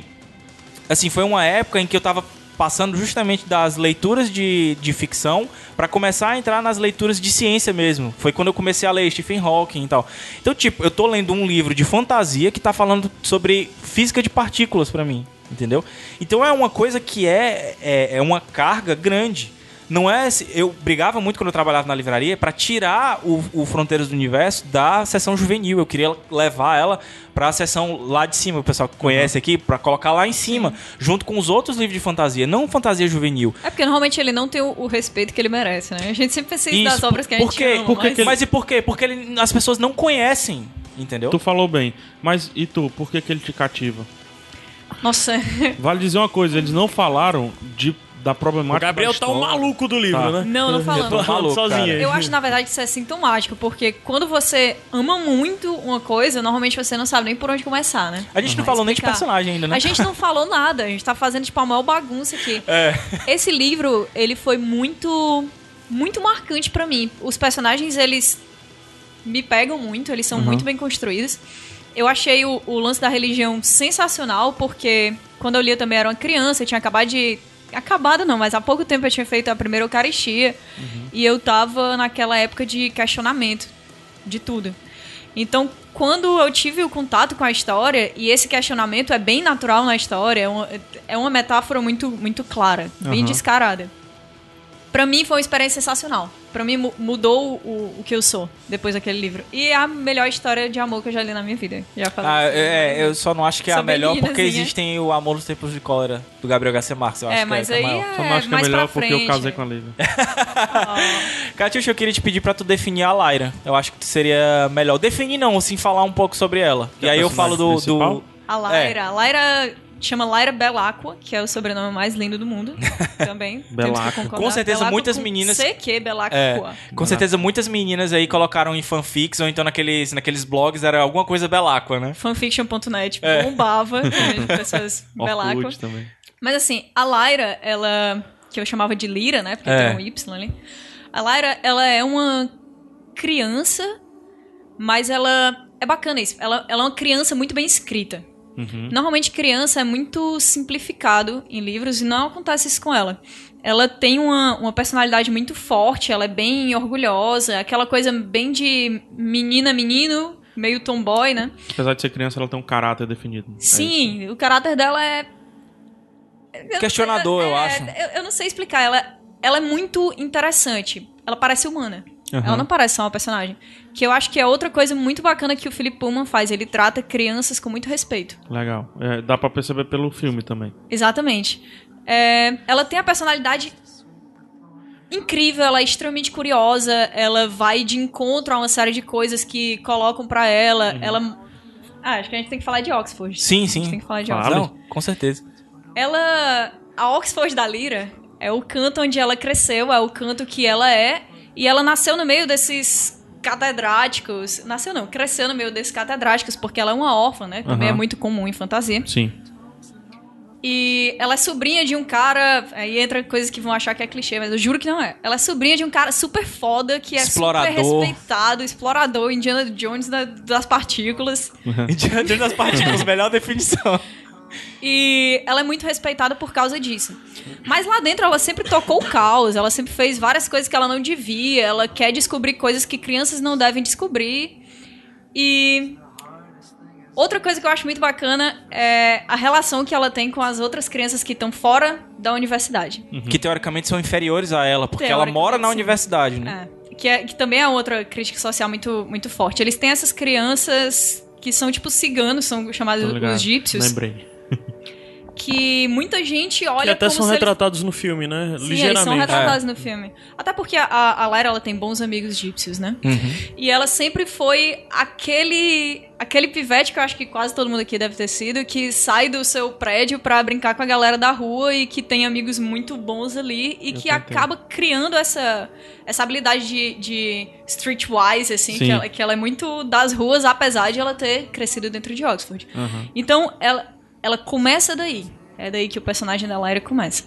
assim, foi uma época em que eu tava passando justamente das leituras de, de ficção pra começar a entrar nas leituras de ciência mesmo. Foi quando eu comecei a ler Stephen Hawking e tal. Então, tipo, eu tô lendo um livro de fantasia que tá falando sobre física de partículas pra mim, entendeu? Então é uma coisa que é, é, é uma carga grande. Não é. esse- Eu brigava muito quando eu trabalhava na livraria pra tirar o, o Fronteiras do Universo da sessão juvenil. Eu queria levar ela pra sessão lá de cima, o pessoal que Uhum. conhece aqui, pra colocar lá em cima, junto com os outros livros de fantasia, não fantasia juvenil. É porque normalmente ele não tem o, o respeito que ele merece, né? A gente sempre pensa isso das Isso, obras que a por gente quê? ama, Por que mas- que ele- Mas e por quê? Porque ele- as pessoas não conhecem, entendeu? Tu falou bem. Mas e tu, por que, que ele te cativa? Nossa, Vale dizer uma coisa, eles não falaram de, da O é problemática. Gabriel da tá um escola. maluco do livro, Tá. né? não, não Eu tô falando. maluco, sozinho cara. aí. Eu acho, na verdade, que isso é sintomático, porque quando você ama muito uma coisa, normalmente você não sabe nem por onde começar, né? A gente não falou nem de Explicar. personagem ainda, né? A gente não falou nada, a gente tá fazendo tipo a maior bagunça aqui. Esse livro, ele foi muito muito marcante pra mim. Os personagens, eles me pegam muito, eles são muito bem construídos. Eu achei o, o lance da religião sensacional, porque quando eu li eu também era uma criança, eu tinha acabado de. Acabado não, mas há pouco tempo eu tinha feito a primeira Eucaristia. E eu tava naquela época de questionamento de tudo. Então, quando eu tive o contato com a história, e esse questionamento é bem natural na história, é uma, é uma metáfora muito, muito clara, bem Aham. descarada. Pra mim foi uma experiência sensacional. Pra mim mu- mudou o, o que eu sou depois daquele livro. E é a melhor história de amor que eu já li na minha vida. Já falei. Ah, isso. é, eu só não acho que é a assim, né? Sou bem melhor porque meninazinha. existem o Amor nos Tempos de Cólera do Gabriel Garcia Marques. Eu acho É, que mas que aí maior. Só não acho que é mais pra melhor porque eu frente, casei né? com a Lívia. Catiuxa, eu queria te pedir pra tu definir a Lyra. Eu acho que seria melhor. Definir não, assim, falar um pouco sobre ela. Que e é a aí eu falo do. personagem do... A É. Lyra. A Lyra chama Lyra Belacqua, que é o sobrenome mais lindo do mundo. Também. temos que Belacqua. concordar. Com certeza, Belacqua muitas com meninas- CQ Belacqua. É, com certeza muitas meninas aí colocaram em fanfics ou então naqueles, naqueles blogs era alguma coisa beláqua, né? Fanfiction.net É. bombava né, de pessoas Belacqua. Orkut também. Mas assim, a Lyra, ela. que eu chamava de Lyra, né? Porque É. tem um Y ali. A Lyra, ela é uma criança, mas ela. É bacana isso. Ela, ela é uma criança muito bem escrita. Normalmente criança é muito simplificado em livros e não acontece isso com ela. Ela tem uma, uma personalidade muito forte, ela é bem orgulhosa, aquela coisa bem de menina, menino, meio tomboy, né? Apesar de ser criança, ela tem um caráter definido. É isso. Sim, o caráter dela é. Eu não sei- Questionador, eu é, acho. Eu, eu não sei explicar. Ela, ela é muito interessante. Ela parece humana. Ela não parece só uma personagem. Que eu acho que é outra coisa muito bacana que o Philip Pullman faz. Ele trata crianças com muito respeito. Legal. É, dá pra perceber pelo filme também. Exatamente. É, ela tem a personalidade incrível, ela é extremamente curiosa, ela vai de encontro a uma série de coisas que colocam pra ela. Ela. Ah, acho que a gente tem que falar de Oxford. Uhum. Sim, A gente sim. tem que falar de Fala. Oxford. Não, com certeza. Ela. A Oxford da Lira é o canto onde ela cresceu, é o canto que ela é. E ela nasceu no meio desses catedráticos. Nasceu não, cresceu no meio desses catedráticos, porque ela é uma órfã, né? Também Aham. é muito comum em fantasia. Sim. E ela é sobrinha de um cara. Aí entra coisas que vão achar que é clichê, mas eu juro que não é. Ela é sobrinha de um cara super foda, que é super Explorador. respeitado, explorador, Indiana Jones da- das partículas. Indiana Jones das partículas, melhor definição. E ela é muito respeitada por causa disso. Mas lá dentro ela sempre tocou o caos, ela sempre fez várias coisas que ela não devia, ela quer descobrir coisas que crianças não devem descobrir. E outra coisa que eu acho muito bacana é a relação que ela tem com as outras crianças que estão fora da universidade. Que teoricamente são inferiores a ela, porque ela mora na Teoricamente, sim. universidade, Hum. né? É, que, é- que também é outra crítica social muito, muito forte. Eles têm essas crianças que são tipo ciganos, são chamados Tô ligado. os egípcios, Lembrei. que muita gente olha que até como são se eles retratados no filme, né? Sim, eles são Ligeiramente. retratados no filme. Até porque a, a Lyra, ela tem bons amigos egípcios, né? Uhum. E ela sempre foi aquele aquele pivete que eu acho que quase todo mundo aqui deve ter sido, que sai do seu prédio pra brincar com a galera da rua e que tem amigos muito bons ali e que acaba criando essa, essa habilidade de, de streetwise, assim, Sim. que ela, que ela é muito das ruas, apesar de ela ter crescido dentro de Oxford. Aham. Então, ela, ela começa daí. É daí que o personagem da Lyra começa.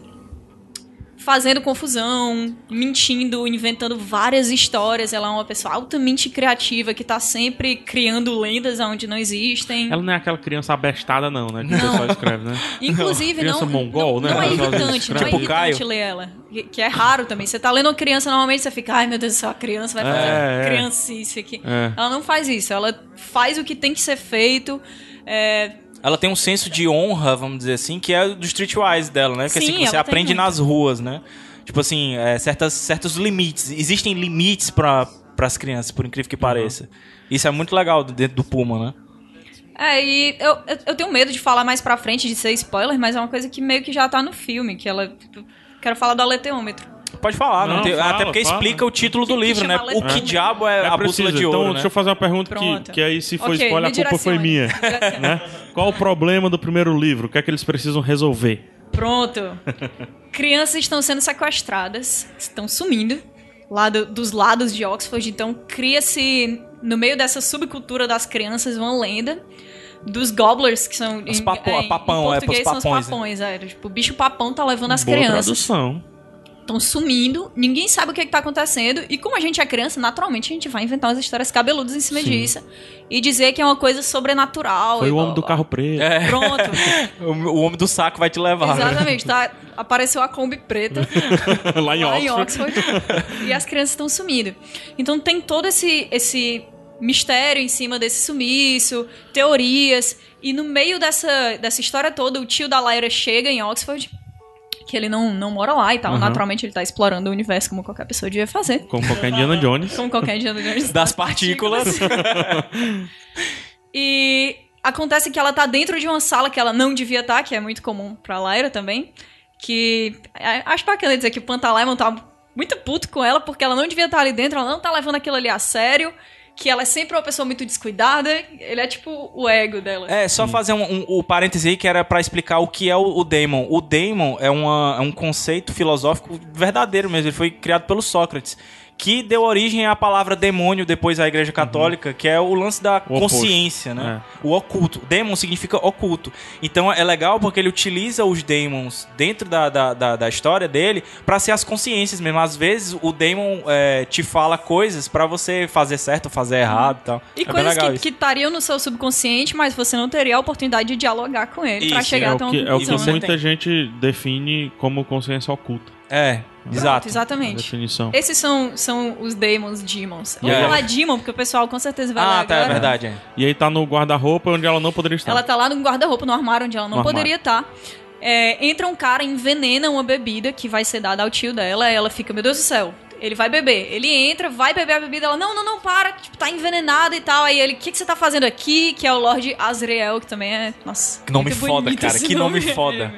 Fazendo confusão, mentindo, inventando várias histórias. Ela é uma pessoa altamente criativa que tá sempre criando lendas onde não existem. Ela não é aquela criança abestada, não, né? Que o pessoal escreve, né? Inclusive, não, Criança mongol, não, né? não é Aquelas irritante, não é estranhas. Tipo Caio. irritante ler ela. Que- Que é raro também. Você tá lendo uma criança, normalmente você fica, ai meu Deus do céu, a criança vai fazer É, é. criancice aqui. É. Ela não faz isso, ela faz o que tem que ser feito. É, Ela tem um senso de honra, vamos dizer assim, que é do streetwise dela, né? Que Sim, assim, que você ela tem aprende muito. nas ruas, né? Tipo assim, é, certas, certos limites. Existem limites para as crianças, por incrível que Uhum. pareça. Isso é muito legal do- dentro do Puma, né? É, e eu, eu, eu tenho medo de falar mais pra frente, de ser spoiler, mas é uma coisa que meio que já tá no filme, que ela... tipo, Quero falar do aleteômetro. Pode falar, não, Não, tem- fala, até porque fala. explica o título do Tem que livro, né? chamar O que letra. diabo é, a preciso. bússola de então, ouro, né? deixa eu fazer uma pergunta Pronto. que, que aí, se for Ok, spoiler, a me assim, culpa foi minha. direcione. né? Qual o problema do primeiro livro? O que é que eles precisam resolver? Pronto. Crianças estão sendo sequestradas, estão sumindo lá do- dos lados de Oxford. Então cria-se, no meio dessa subcultura das crianças, uma lenda dos gobblers, que são Os em, papo- é, em papão, é, português os são os papões, né? papões. É, tipo, o bicho papão tá levando as Boa crianças. tradução. Estão sumindo, ninguém sabe o que, que tá acontecendo. E como a gente é criança, naturalmente a gente vai inventar umas histórias cabeludas em cima Sim. disso. E dizer que é uma coisa sobrenatural. Foi e o blá, homem do blá, carro preto. blá. Pronto. O, o homem do saco vai te levar. né? Exatamente, tá? Apareceu a Kombi preta lá em lá Oxford. em Oxford e as crianças estão sumindo. Então tem todo esse, esse mistério em cima desse sumiço, teorias. E no meio dessa, dessa história toda, o tio da Lyra chega em Oxford, que ele não, não mora lá e tal. Uhum. Naturalmente ele tá explorando o universo como qualquer pessoa devia fazer. Como qualquer Indiana Jones. Como qualquer dia do Jardim Das partículas. E acontece que ela tá dentro de uma sala que ela não devia estar, que é muito comum pra Lyra também. Que é, acho bacana dizer que o Pantalaimon tá muito puto com ela porque ela não devia estar ali dentro, ela não tá levando aquilo ali a sério. Que ela é sempre uma pessoa muito descuidada. Ele é tipo o ego dela. É, só fazer um, um, o parêntese aí que era pra explicar o que é o, o daemon. O daemon é, uma- é um conceito filosófico verdadeiro mesmo, ele foi criado pelo Sócrates. que deu origem à palavra demônio depois à Igreja Católica, que é o lance da oposto. consciência, né? O oculto. Demon significa oculto. Então é legal porque ele utiliza os demons dentro da, da, da, da história dele pra ser as consciências mesmo. Às vezes o demon é, te fala coisas pra você fazer certo, fazer errado e tal. E é bem coisas legal que- isso. que estariam no seu subconsciente, mas você não teria a oportunidade de dialogar com ele pra Isso, chegar É o até uma que, é o que conclusão, né? muita gente define como consciência oculta. É, Pronto, exato. A exatamente. definição. Esses são, são os demons, demons. Eu Yeah. vou falar demon, porque o pessoal com certeza vai lá Ah, tá, agora. é verdade. é. E aí tá no guarda-roupa onde ela não poderia estar. Ela tá lá no guarda-roupa, no armário onde ela No não armário. poderia estar. entra um cara, envenena uma bebida que vai ser dada ao tio dela. Ela fica, meu Deus do céu, ele vai beber. Ele entra, vai beber a bebida. Ela, não, não, não, para, tipo, tá envenenada e tal. Aí ele, o que, que você tá fazendo aqui? Que é o Lord Azrael, que também é. Nossa. Que nome muito foda, bonito cara, esse que nome foda.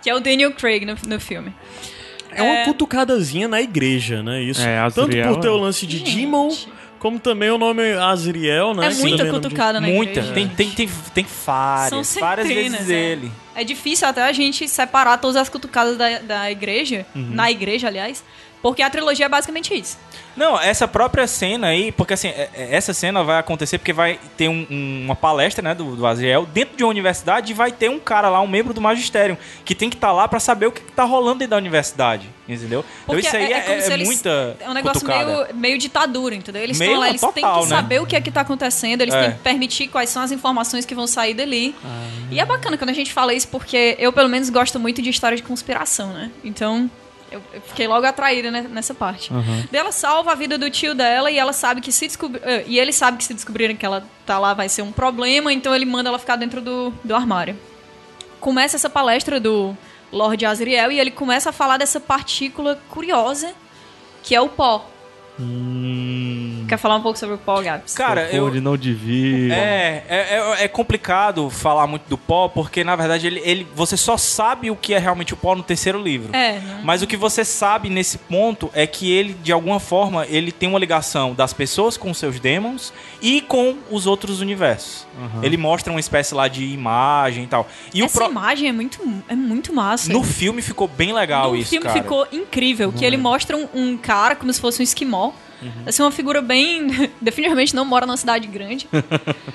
Que é o Daniel Craig no, no filme. É uma cutucadazinha na igreja, né? Isso. É, Tanto Azriel, por ter é. o lance de Gente. Demon, como também o nome Azriel, né? É que muita também é nome de- cutucada, né? Muita. Tem, tem, tem, tem São várias. Várias centenas, vezes é. ele. É difícil até a gente separar todas as cutucadas da, da igreja, Uhum. na igreja, aliás, porque a trilogia é basicamente isso. Não, essa própria cena aí, porque assim, é- é- essa cena vai acontecer porque vai ter um- um- uma palestra, né, do, do Aziel dentro de uma universidade e vai ter um cara lá, um membro do magistério, que tem que estar lá pra saber o que, que tá rolando dentro da universidade, entendeu? Porque então isso aí é, como é se eles- muita É um negócio cutucada. meio, meio ditadura, entendeu? Eles Meio estão lá, eles total, têm que né? saber o que é que tá acontecendo, eles É. Ah. têm que permitir quais são as informações que vão sair dali. E é bacana quando a gente fala isso, porque eu, pelo menos, gosto muito de história de conspiração, né? Então, eu, eu fiquei logo atraída né, nessa parte. Daí Ela salva a vida do tio dela e ela sabe que se descobrir. E ele sabe que se descobrirem que ela tá lá vai ser um problema, então ele manda ela ficar dentro do, do armário começa essa palestra do Lord Azriel e ele começa a falar dessa partícula curiosa que é o pó. Hum. Quer falar um pouco sobre o pó, Gabs? Cara, eu, Onde não devia. É, é, é- é complicado falar muito do pó, porque na verdade ele, ele- você só sabe o que é realmente o pó no terceiro livro. É, né? Mas o que você sabe nesse ponto é que ele, de alguma forma, ele tem uma ligação das pessoas com seus demons e com os outros universos. Ele mostra uma espécie lá de imagem e tal. E o Essa pro- imagem é muito, é muito massa. no filme ficou bem legal No isso, filme cara. Uhum. ficou incrível, que ele mostra um, um cara como se fosse um esquimó. Assim, uma figura bem... Definitivamente não mora numa cidade grande.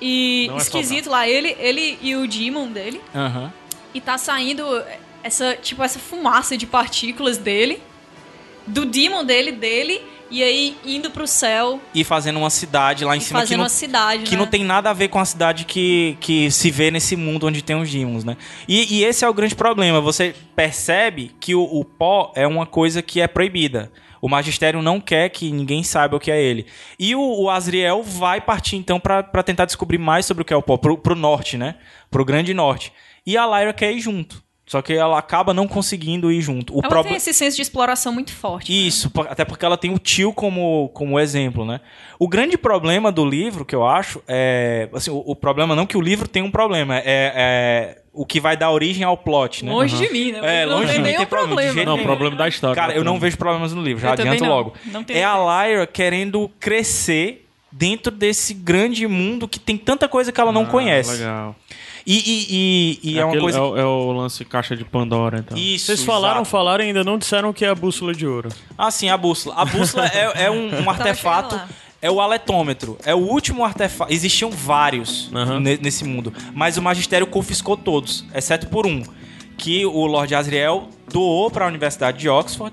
E Não é esquisito lá, ele, ele e o Demon dele. Aham. e tá saindo essa, tipo, essa fumaça de partículas dele, do demon dele, dele, e aí indo pro céu E fazendo uma cidade lá em e cima que fazendo não uma cidade, que né? não tem nada a ver com a cidade que, que se vê nesse mundo onde tem os demons, né? E, e esse é o grande problema. Você percebe que o, o pó é uma coisa que é proibida. O magistério não quer que ninguém saiba o que é ele. E o, o Azriel vai partir então pra pra tentar descobrir mais sobre o que é o pó, pro, pro norte, né? Pro grande norte. E a Lyra quer ir junto. Só que ela acaba não conseguindo ir junto. O Ela proble- É, tem esse senso de exploração muito forte. né? isso, po- até porque ela tem o tio como, como exemplo, né? O grande problema do livro, que eu acho, é. Assim, o, o problema não que o livro tem um problema, é, é o que vai dar origem ao plot, né? Longe de mim, né? É, não longe de tem mim, nenhum tem problema, de jeito Não, nenhum. problema é da história. Cara, eu não vejo problemas no livro, já Eu também adianto não. logo. Não tenho é a Lyra querendo crescer dentro desse grande mundo que tem tanta coisa que ela não Ah, conhece. Legal. E, e, e, e é, uma Aquele coisa. é, o, é o lance caixa de Pandora, então. Isso, Vocês falaram, exato. falaram e ainda não disseram que é a bússola de ouro. Ah, sim, a bússola. A bússola é, é Então, um, um artefato. chegando lá. É o aletômetro. É o último artefato. Existiam vários Aham. ne- nesse mundo. Mas o magistério confiscou todos, exceto por um. Que o Lord Asriel doou para a Universidade de Oxford.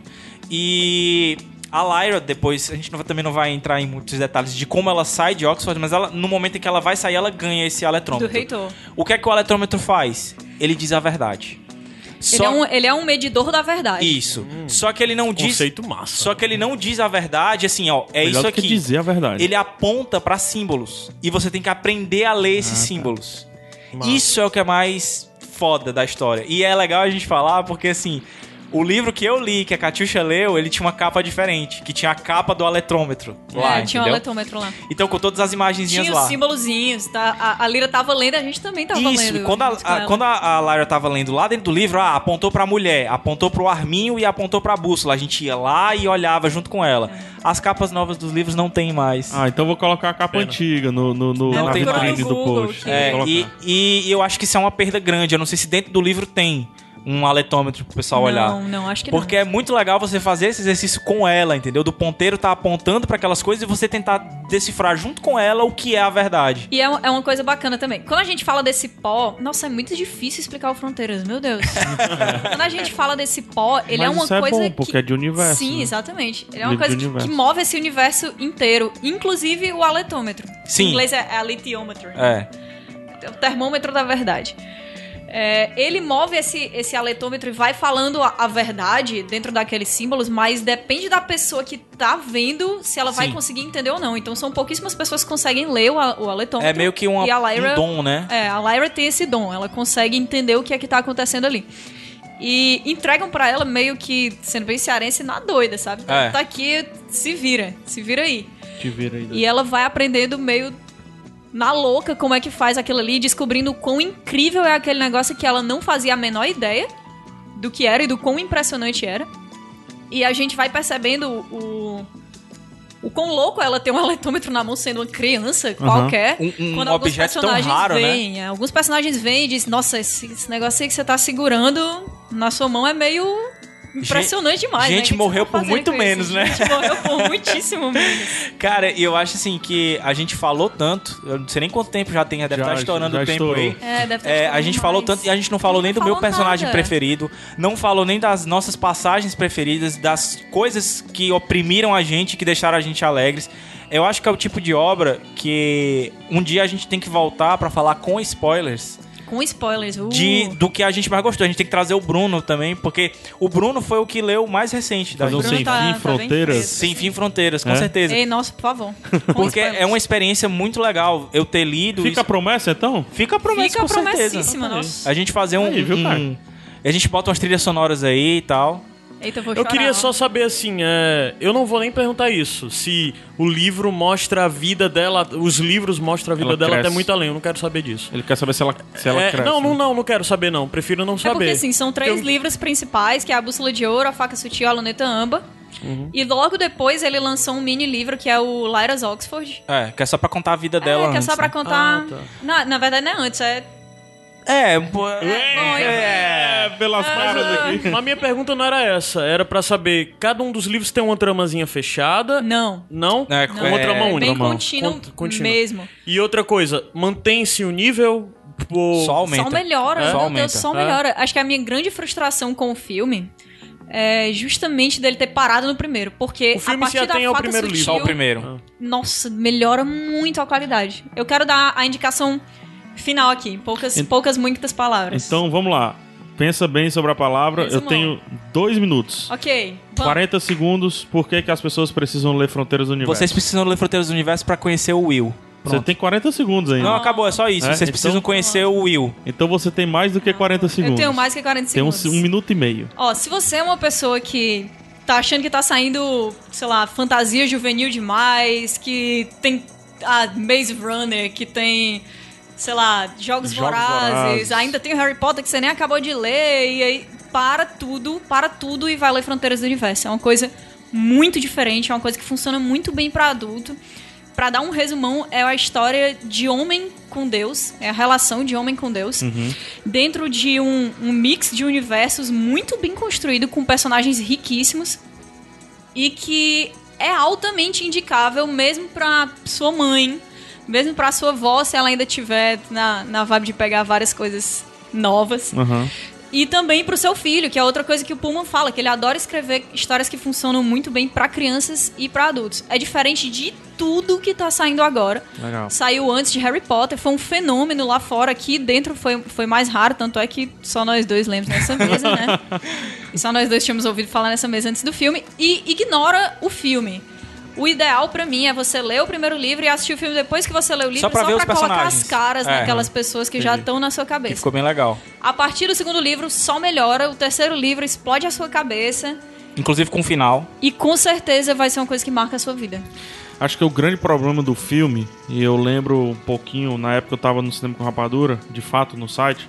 E a Lyra, depois, a gente não- também não vai entrar em muitos detalhes de como ela sai de Oxford, mas ela, no momento em que ela vai sair, ela ganha esse Do aletrômetro. reitor. O que é que o aletrômetro faz? Ele diz a verdade. Ele, é um, ele é um medidor da verdade. Isso. Só que ele não diz. Conceito massa. Só que ele não diz a verdade, assim, ó, é Melhor isso do que aqui. dizer a verdade. Ele aponta pra símbolos e você tem que aprender a ler Ah, esses tá. símbolos. Massa. Isso é o que é mais foda da história. E é legal a gente falar porque assim, o livro que eu li, que a Catiuxa leu, ele tinha uma capa diferente, que tinha a capa do eletrômetro lá, é, tinha um entendeu? eletrômetro lá. Então com todas as imagenzinhas Tinha lá. os símbolozinhos, tá? a, a Lira tava lendo, a gente também tava Isso, lendo. e quando, a, junto com a, ela. quando a, a Lyra tava lendo lá dentro do livro, ah, apontou pra mulher, apontou pro arminho e apontou pra bússola. A gente ia lá e olhava junto com ela. As capas novas dos livros não tem mais. Ah, então eu vou colocar a capa antiga no, no, no, Não, na tem vitrine mais. do Google, post. que- Vou É, colocar. e, e eu acho que isso é uma perda grande. Eu não sei se dentro do livro tem. um aletômetro pro pessoal não, olhar. não, acho que Porque não. é muito legal você fazer esse exercício com ela, entendeu? Do ponteiro tá apontando pra aquelas coisas e você tentar decifrar junto com ela o que é a verdade. E é, um- é uma coisa bacana também. Quando a gente fala desse pó, nossa, é muito difícil explicar o Fronteiras, meu Deus. Quando a gente fala desse pó, ele Mas é uma isso é coisa bom, que porque é de universo, Sim, né? exatamente. Ele é uma Livro coisa de que, universo. que move esse universo inteiro, inclusive o aletômetro. Sim. Em inglês é, é aletiômetro. né? É. É o termômetro da verdade. É, ele move esse, esse aletômetro e vai falando a, a verdade dentro daqueles símbolos, mas depende da pessoa que tá vendo se ela vai Sim. conseguir entender ou não. Então são pouquíssimas pessoas que conseguem ler o, a- o aletômetro. É meio que uma, e a Lyra, um dom, né? É, a Lyra tem esse dom, ela consegue entender o que é que tá acontecendo ali. E entregam pra ela meio que, sendo bem cearense, na doida, sabe? É. Tá aqui, se vira, se vira aí. Te vira aí. E ela vai aprendendo meio na louca como é que faz aquilo ali, descobrindo o quão incrível é aquele negócio que ela não fazia a menor ideia do que era e do quão impressionante era. E a gente vai percebendo o. O quão louco ela ter um eletrômetro na mão sendo uma criança qualquer. Um- um quando alguns objeto tão personagens raro, né? vêm. é, Alguns personagens vêm e dizem, nossa, esse, esse negócio aí que você tá segurando na sua mão é meio impressionante demais. né? gente O que que você morreu tá por fazendo muito com isso? menos, né? Gente morreu por muitíssimo menos. Cara, e eu acho assim que a gente falou tanto, eu não sei nem quanto tempo já tem, já deve Já, estar estourando já o tempo estourou. aí. É, deve ter É, a ficado gente falou demais. tanto e a gente não falou nem do meu falou personagem nada. preferido, não falou nem das nossas passagens preferidas, das coisas que oprimiram a gente, que deixaram a gente alegres. Eu acho que é o tipo de obra que um dia a gente tem que voltar pra falar com spoilers Com spoilers, uh. de do que a gente mais gostou. A gente tem que trazer o Bruno também, porque o Bruno foi o que leu o mais recente da Fazer um gente. Bruno sem tá- tá fim, bem fronteiras. preso. Sem fim fronteiras, com É? certeza. Ei, nossa, por favor. Com Porque spoilers. é uma experiência muito legal eu ter lido Fica a isso. promessa, então? Fica a promessa, Fica com certeza. promessíssima, nossa. A gente fazer um... Aí, viu, um- cara? a gente bota umas trilhas sonoras aí e tal. Eita, eu vou Eu chorar. queria só saber assim, é, eu não vou nem perguntar isso. Se o livro mostra a vida dela, os livros mostram a vida Ela dela cresce. até muito além. Eu não quero saber disso. Ele quer saber se ela, se ela É, cresce. não, não, né? não, não quero saber não. Prefiro não É saber. porque, assim, são três Eu- livros principais, que é A Bússola de Ouro, A Faca Sutil, A Luneta Amba. Uhum. E logo depois ele lançou um mini livro que é o Lyra's Oxford. É, que é só pra contar a vida dela é, que é antes, só pra né? contar... Ah, tá. na, na verdade, não é antes, é... É, pô... bom, É, Ah. pelas palavras aqui. Mas minha pergunta não era essa. Era pra saber, cada um dos livros tem uma tramazinha fechada? Não. Não? É, Não, é uma trama é única. bem mão. contínuo Cont- contínuo. mesmo. E outra coisa, mantém-se o nível? Pô, Só aumenta. Só melhora, É? meu Só aumenta. Deus, só É. melhora. Acho que a minha grande frustração com o filme é justamente dele ter parado no primeiro. Porque O filme a partir se atém da ao faca primeiro sutil, livro. Só o primeiro. Nossa, melhora muito a qualidade. Eu quero dar a indicação final aqui, em poucas, Ent- poucas muitas palavras. Então, vamos lá. Pensa bem sobre a palavra. Eu Resumão. tenho dois minutos. Ok, vamos. 40 segundos. Por que, que as pessoas precisam ler Fronteiras do Universo? Vocês precisam ler Fronteiras do Universo pra conhecer o Will. Você Pronto. tem 40 segundos ainda. Não, Ah. acabou, é só isso. É, Vocês então- precisam conhecer o Will. Então você tem mais do que 40 segundos. Ah. Eu tenho mais que 40 Tem um, segundos. um minuto e meio. Ó, se você é uma pessoa que tá achando que tá saindo, sei lá, fantasia juvenil demais, que tem a Maze Runner, que tem, sei lá, Jogos, Jogos vorazes, Vorazes. ainda tem o Harry Potter que você nem acabou de ler, e aí para tudo, para tudo e vai ler Fronteiras do Universo. É uma coisa muito diferente, é uma coisa que funciona muito bem pra adulto. Pra dar um resumão, é a história de homem com Deus, é a relação de homem com Deus dentro de um, um mix de universos muito bem construído, com personagens riquíssimos e que é altamente indicável mesmo pra sua mãe, mesmo pra sua avó, se ela ainda tiver na, na vibe de pegar várias coisas novas. Aham. E também pro seu filho, que é outra coisa que o Pullman fala, que ele adora escrever histórias que funcionam muito bem pra crianças e pra adultos. É diferente de tudo que tá saindo agora. Legal. Saiu antes de Harry Potter, foi um fenômeno lá fora, aqui dentro foi, foi mais raro, tanto é que só nós dois lemos nessa mesa, né? E só nós dois tínhamos ouvido falar nessa mesa antes do filme. E ignora o filme. O ideal pra mim é você ler o primeiro livro e assistir o filme depois que você lê o livro, pra ver os colocar personagens. as caras É. né? naquelas pessoas que já estão na sua Que cabeça. ficou bem legal. A partir do segundo livro só melhora, o terceiro livro explode a sua cabeça Inclusive com o final. e com certeza vai ser uma coisa que marca a sua vida. Acho que o grande problema do filme, e eu lembro um pouquinho, na época eu tava no cinema com rapadura, de fato, no site,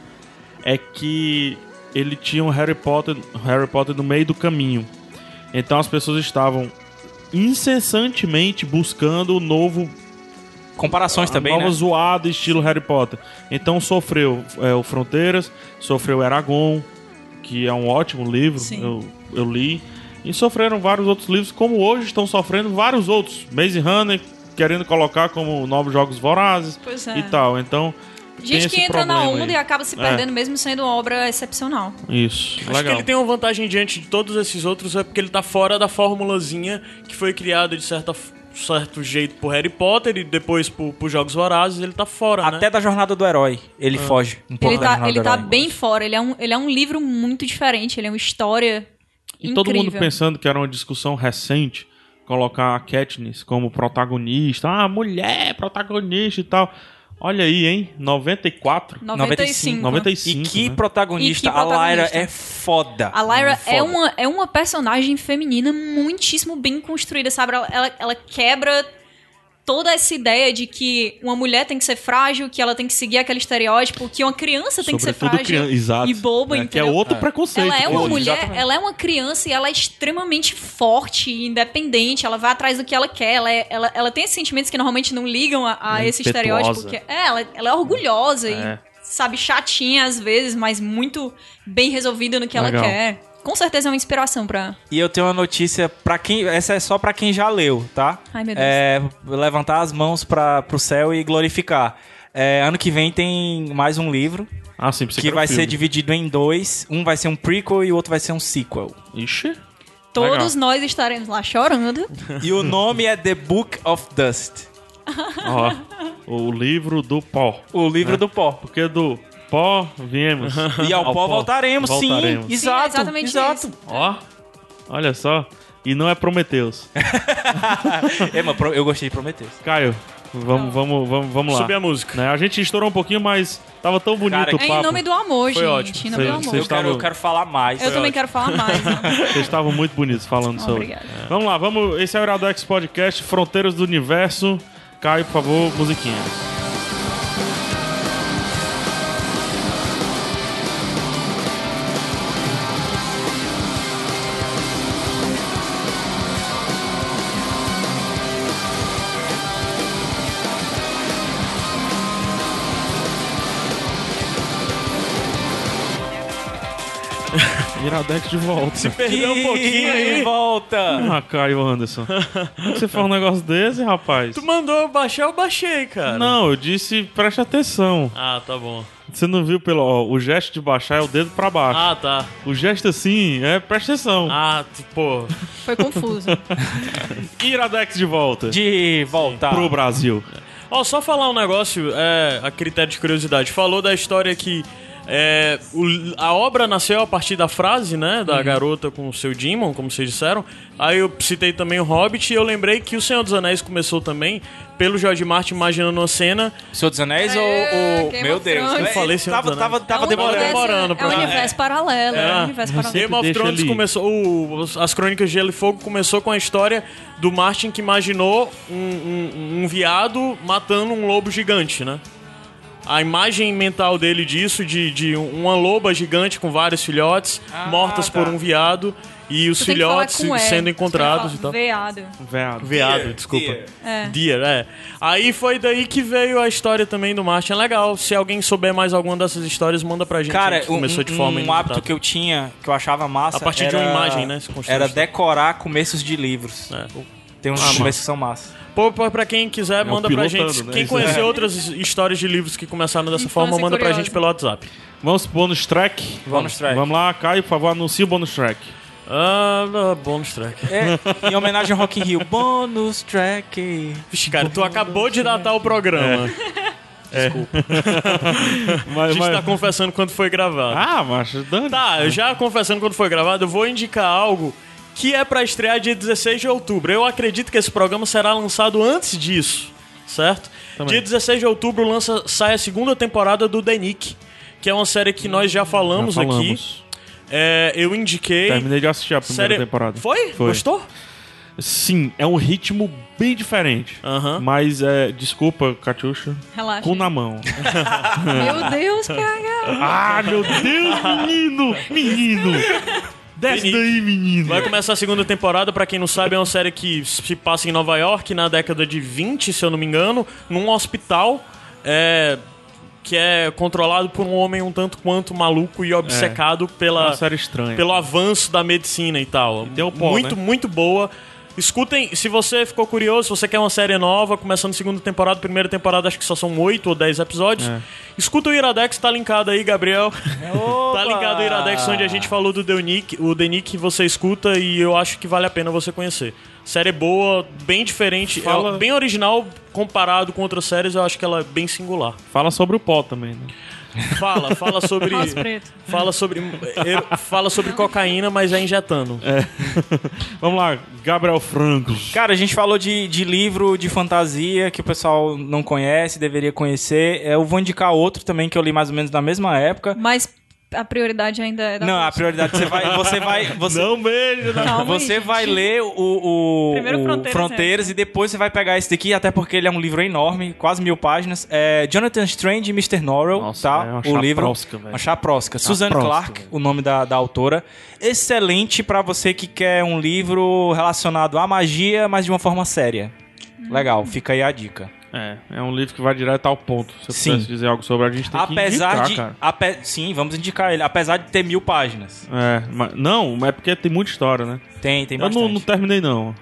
é que ele tinha um Harry Potter, Harry Potter no meio do caminho. Então as pessoas estavam incessantemente buscando o novo Comparações também, Ah, nova né? zoada estilo Harry Potter. Então sofreu é, o Fronteiras, sofreu o Eragon, que é um ótimo livro, Sim. eu, eu li. E sofreram vários outros livros, como hoje estão sofrendo vários outros. Maze Runner querendo colocar como novos jogos vorazes Pois é. e tal. Então, tem Gente esse que entra na problema aí. onda e acaba É. se perdendo, mesmo sendo uma obra excepcional. Isso, Acho que legal. ele tem uma vantagem diante de todos esses outros, é porque ele tá fora da formulazinha que foi criada de certa, f- certo jeito por Harry Potter e depois por, por Jogos Vorazes, ele tá fora, né? Até da jornada do herói, ele Ah. foge um pouco ele da tá, jornada ele do tá herói. bem fora. Ele é, um, ele é um livro muito diferente. Ele é uma história E incrível. todo mundo pensando que era uma discussão recente colocar a Katniss como protagonista, ah, mulher protagonista e tal. Olha aí, hein? 94, 95. 95. E que né? protagonista, E que a Lyra protagonista. é foda. A Lyra Foda. é uma, é uma personagem feminina muitíssimo bem construída, sabe? Ela, ela, ela quebra toda essa ideia de que uma mulher tem que ser frágil, que ela tem que seguir aquele estereótipo, que uma criança tem que ser Sobretudo frágil criança- exato. e boba, É, Que é entendeu? outro preconceito. Ela é uma hoje. mulher, exatamente. ela é uma criança e ela é extremamente forte e independente. Ela vai atrás do que ela quer. Ela, é- ela, ela tem esses sentimentos que normalmente não ligam a, a É esse impetuosa. estereótipo. Que, é, ela, ela é orgulhosa É. e, sabe, chatinha às vezes, mas muito bem resolvida no que Legal. ela quer. Com certeza é uma inspiração pra. E eu tenho uma notícia para quem. Essa é só pra quem já leu, tá? Ai, meu Deus. É, levantar as mãos para pro céu e glorificar. É, ano que vem tem mais um livro Ah, sim, pensei que era um vai ser filme. dividido em dois. Um vai ser um prequel e o outro vai ser um sequel. Ixi. Todos nós estaremos lá chorando. E o nome é The Book of Dust. Ó, o livro do pó. O livro do pó. Porque do pó viemos. E ao, pó, voltaremos, Voltaremos. sim. Exato. Sim, é exatamente exato. Ó, olha só. E não é Prometeus. É, mas pro- eu gostei de Prometheus. Caio, vamos, vamos, vamos, vamos lá. Subir a música. Né, A gente estourou um pouquinho, mas tava tão bonito o Cara, É papo. em nome do amor, Foi gente. ótimo. Em nome do Sim, amor. sim. Eu quero, estavam- eu quero falar mais. Eu também quero falar mais. Né? Vocês estavam muito bonitos falando sobre. Obrigada. Vamos lá, vamos. Esse é o Iradex Podcast, Fronteiras do Universo. Caio, por favor, musiquinha. Iradex de volta. Perdeu um pouquinho aí. Volta. Ah, Caio Anderson. Como que você fala um negócio desse, rapaz? Tu mandou eu baixar, eu baixei, cara. Não, eu disse preste atenção. Ah, tá bom. Você não viu pelo. ó, o gesto de baixar é o dedo pra baixo. Ah, tá. O gesto assim é preste atenção. Ah, tu- pô. Foi confuso. Iradex de volta. De volta. Pro Brasil. Ó, só falar um negócio, é, a critério de curiosidade. Falou da história que é, o- a obra nasceu a partir da frase, né? Da garota com o seu Demon, como vocês disseram. Aí eu citei também o Hobbit e eu lembrei que o Senhor dos Anéis começou também pelo George Martin imaginando uma cena. Senhor dos Anéis É, ou. ou- Game Meu of Deus. Thrones. né? Eu falei Senhor tava, dos Anéis. tava, tava É um demorando. universo- demorando É pra- um universo paralelo. É um universo paralelo. sempre Game of deixa Thrones ali. começou. o- os- as Crônicas de Gelo e Fogo começou com a história do Martin que imaginou um, um- um viado matando um lobo gigante, né? A imagem mental dele disso, de, de uma loba gigante com vários filhotes, Ah, mortas tá. por um viado, e os Tu tem que falar filhotes com E, tu tem sendo que encontrados e falar tal. Veado. Veado. Veado, Deer, desculpa. deer. É. Deer, é. Aí foi daí que veio a história também do Martin. É legal. Se alguém souber mais alguma dessas histórias, manda pra gente. Cara, que um, começou de forma um inusitada. hábito que eu tinha, que eu achava massa. A partir de uma era- imagem, né, se constrói Era a história. decorar começos de livros. É. Tem uns Ah, começos massa. que são massa. Pô, pô, pra quem quiser, o manda pra pilotando, gente. né? Quem Isso conhecer é. outras histórias de livros que começaram dessa Infância forma, manda pra curiosa. gente pelo WhatsApp. Vamos pro bônus track? Bônus track. Vamos lá, Caio, por favor, anuncia o bônus track. Ah, ah, bônus track. É, em homenagem ao Rock in Rio. Bônus track. Vixe, cara, tu acabou de datar o programa. A Mas, gente tá É. mas... confessando quando foi gravado. Ah, macho, dane. Tá, eu já confessando quando foi gravado, eu vou indicar algo que é pra estrear dia 16 de outubro. Eu acredito que esse programa será lançado antes disso, certo? Dia 16 de outubro lança, sai a segunda temporada do The Nick, que é uma série que nós já falamos, Hum, Já aqui. É, eu indiquei. Terminei de assistir a primeira Série- temporada. Foi? Foi. Gostou? Sim, é um ritmo bem diferente. Aham. Mas, é, desculpa, Catiuxa, Relaxa. cu na mão. Meu Deus, cara. ah, meu Deus, menino! Menino! Desce Menino. daí, menino! Vai começar a segunda temporada, pra quem não sabe, é uma série que se passa em Nova York na década de 20, se eu não me engano, num hospital. É, que é controlado por um homem um tanto quanto maluco e obcecado Uma pela, série estranha. pelo avanço da medicina e tal. tem o Paul, muito, É. né? muito boa. Escutem, se você ficou curioso, se você quer uma série nova, começando segunda temporada, primeira temporada, acho que só são oito ou dez episódios. É. Escuta o Iradex, tá linkado aí, Gabriel. Opa! tá ligado o Iradex, onde a gente falou do The Nick, o The Nick você escuta e eu acho que vale a pena você conhecer. Série boa, bem diferente, Fala- é bem original comparado com outras séries, eu acho que ela é bem singular. Fala sobre o pó também, né? Fala, fala sobre. Ross Preto. fala sobre. eu- Fala sobre cocaína, mas é injetando. Vamos lá, Gabriel Franco. Cara, a gente falou de, de livro de fantasia que o pessoal não conhece, deveria conhecer. É, Eu vou indicar outro também que eu li mais ou menos na mesma época. Mas a prioridade ainda é da Não, a Fox. prioridade você vai. Você vai. Você, Não beijo, né? Calma aí, você gente. vai ler o, o, Primeiro o Fronteiras, né? Fronteiras e depois você vai pegar esse daqui, até porque ele é um livro enorme, quase mil páginas. É Jonathan Strange e Mr. Norrell, Nossa, tá? é uma o livro. chaprosca, velho. Uma chaprosca. Suzanne Chaprosca, Clark, velho. o nome da, da autora. Excelente pra você que quer um livro relacionado à magia, mas de uma forma séria. Legal, fica aí a dica. É, é um livro que vai direto ao ponto. Se eu Sim. pudesse dizer algo sobre, a gente tem Apesar que indicar, cara. de. ape- sim, vamos indicar ele. Apesar de ter mil páginas. É, mas, não, mas é porque tem muita história, né? Tem, tem eu bastante. não, não terminei, não.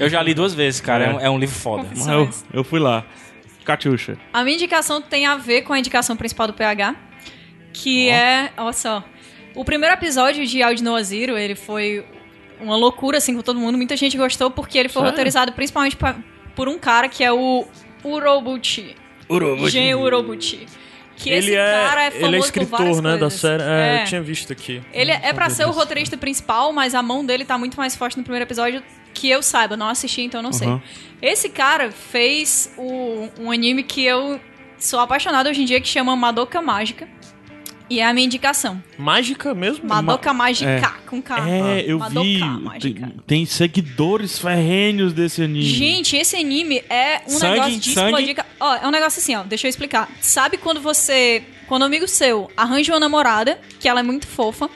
Eu já li duas vezes, cara. É. É, um, é um livro foda. Mas eu, eu fui lá. Catiuxa. A minha indicação tem a ver com a indicação principal do PH, que é, olha só, o primeiro episódio de Out No Zero, ele foi uma loucura, assim, com todo mundo. Muita gente gostou porque ele foi roteirizado principalmente pa- por um cara que é o Urobuchi. Urobuchi. Gen Urobuchi. Que esse cara é ele é famoso por várias escritor, né, da coisas. série. É, É. Eu tinha visto aqui. Ele é pra ser o roteiro. roteirista principal, mas a mão dele tá muito mais forte no primeiro episódio que eu saiba. Não assisti, então não sei. Uhum. Esse cara fez o- um anime que eu sou apaixonada hoje em dia, que chama Madoka Mágica. E é a minha indicação. Mágica mesmo? Madoka Mágica, com K. É, eu Madoka vi. Mágica. Tem, tem seguidores ferrenhos desse anime. Gente, esse anime é um Sangue, negócio de sangue. explodir. ca- Ó, é um negócio assim, ó. Deixa eu explicar. Sabe quando você. Quando um amigo seu arranja uma namorada, que ela é muito fofa.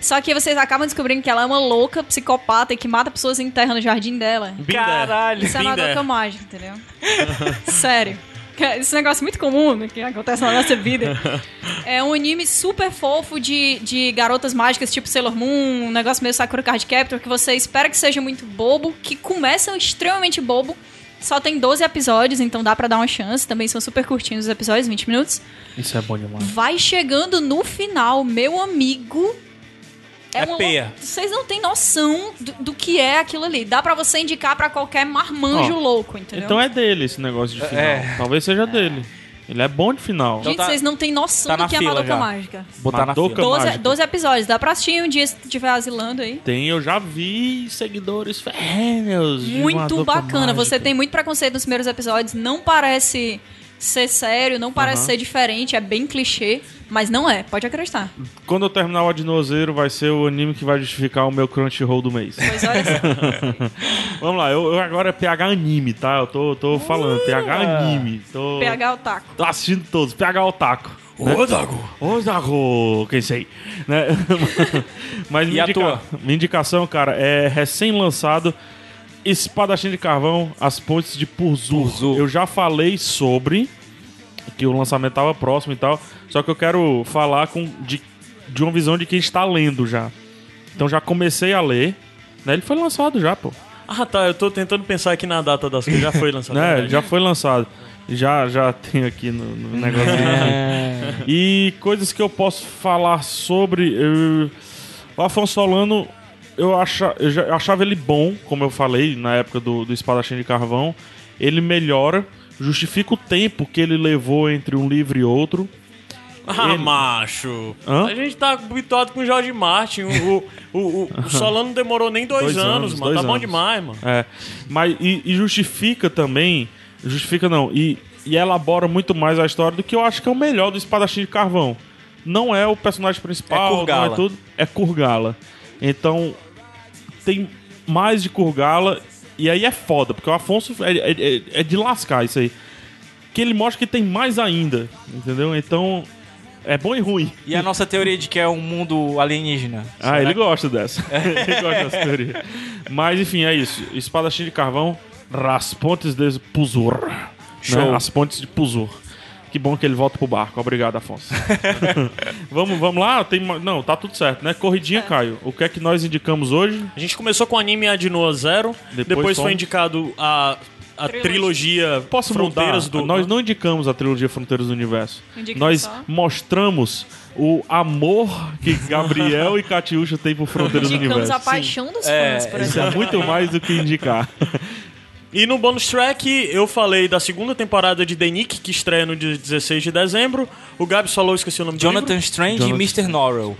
Só que vocês acabam descobrindo que ela é uma louca psicopata e que mata pessoas e enterra no jardim dela. Binder. Caralho. Isso é Binder. Madoka Mágica, entendeu? Sério. Que- Esse negócio é muito comum né, que acontece na nossa vida. É um anime super fofo de, de garotas mágicas, tipo Sailor Moon, um negócio meio Sakura Card Captor, que você espera que seja muito bobo, que começa extremamente bobo. Só tem 12 episódios, então dá pra dar uma chance. Também são super curtinhos os episódios, 20 minutos. Isso é bom demais. Vai chegando no final, meu amigo. É uma peia. lou- Vocês não têm noção do, do que é aquilo ali. Dá pra você indicar pra qualquer marmanjo Ó, louco, entendeu? Então é dele esse negócio de final. É. Talvez seja dele. Ele é bom de final. Gente, tá- vocês não têm noção tá na do que é fila Madoka já. Mágica. Botar na Madoka fila. Mágica. 12, 12 episódios, dá pra assistir um dia se tu estiver asilando aí. Tem, eu já vi seguidores ferrenhos. de Muito Madoka bacana. Mágica. Você tem muito preconceito nos primeiros episódios, não parece ser sério, não parece Aham. ser diferente, é bem clichê, mas não é, pode acreditar. Quando eu terminar o Adinozeiro, vai ser o anime que vai justificar o meu Crunchyroll do mês. Pois olha só. Vamos lá, eu, eu agora é PH Anime, tá? Eu tô, tô falando, PH Ah. Anime. Tô, PH Otaku. tô assistindo todos, PH Otaku. Né? Ô, Zago, quem sei. Né? Mas E minha, a tua? minha indicação, cara, é recém-lançado Espadachim de Carvão, As Pontes de Purzur. Purzur. Eu já falei sobre que o lançamento tava próximo e tal, só que eu quero falar com, de, de uma visão de quem está lendo já. Então já comecei a ler, né? Ele foi lançado já, pô. Ah, tá. Eu tô tentando pensar aqui na data das coisas. Já foi lançado. né? verdade. Já foi lançado. Já, já tem aqui no, no negócio. E coisas que eu posso falar sobre. eu- O Afonso Solano, eu, acha, eu já eu achava ele bom, como eu falei na época do, do Espadachim de Carvão. Ele melhora, justifica o tempo que ele levou entre um livro e outro. Ah, Ele- macho. Hã? A gente tá habituado com o Jorge Martin. O, o, o, o Solano não demorou nem dois, Dois anos, anos, mano. dois tá bom anos. demais, mano. É. Mas, e, e justifica também. Justifica não. E, e elabora muito mais a história do que eu acho que é o melhor do Espadachim de Carvão. Não é o personagem É principal, Kurgala. não é tudo. É Kurgala. Então, tem mais de Kurgala. E aí é foda, porque o Afonso é, é- é- é de lascar isso aí. Que ele mostra que tem mais ainda, entendeu? Então, é bom e ruim. E a nossa teoria de que é um mundo alienígena. Ah, Será ele que- gosta dessa. ele gosta dessa teoria. Mas enfim, é isso. Espadachim de carvão, As Pontes de Puzur. Né? As Pontes de Puzur. Que bom que ele volta pro barco. Obrigado, Afonso. vamos, vamos lá? Tem, ma- não, tá tudo certo, né? Corridinha, Caio. O que é que nós indicamos hoje? A gente começou com o anime Adinoa Zero, Depois depois, foi fomos- indicado a, a trilogia Trilogia. Posso Fronteiras mudar? do... Nós não indicamos a trilogia Fronteiras do Universo. Indica Nós só. mostramos o amor que Gabriel e Catiuxa têm por Fronteiras do Indicamos Universo. a paixão né? dos É, fãs, por Isso é exemplo. muito mais do que indicar. E no bonus track eu falei da segunda temporada de The Nick, que estreia no dia 16 de dezembro. O Gabs falou, esqueci o nome do Jonathan livro. Strange Jonathan- e Mr. Norrell.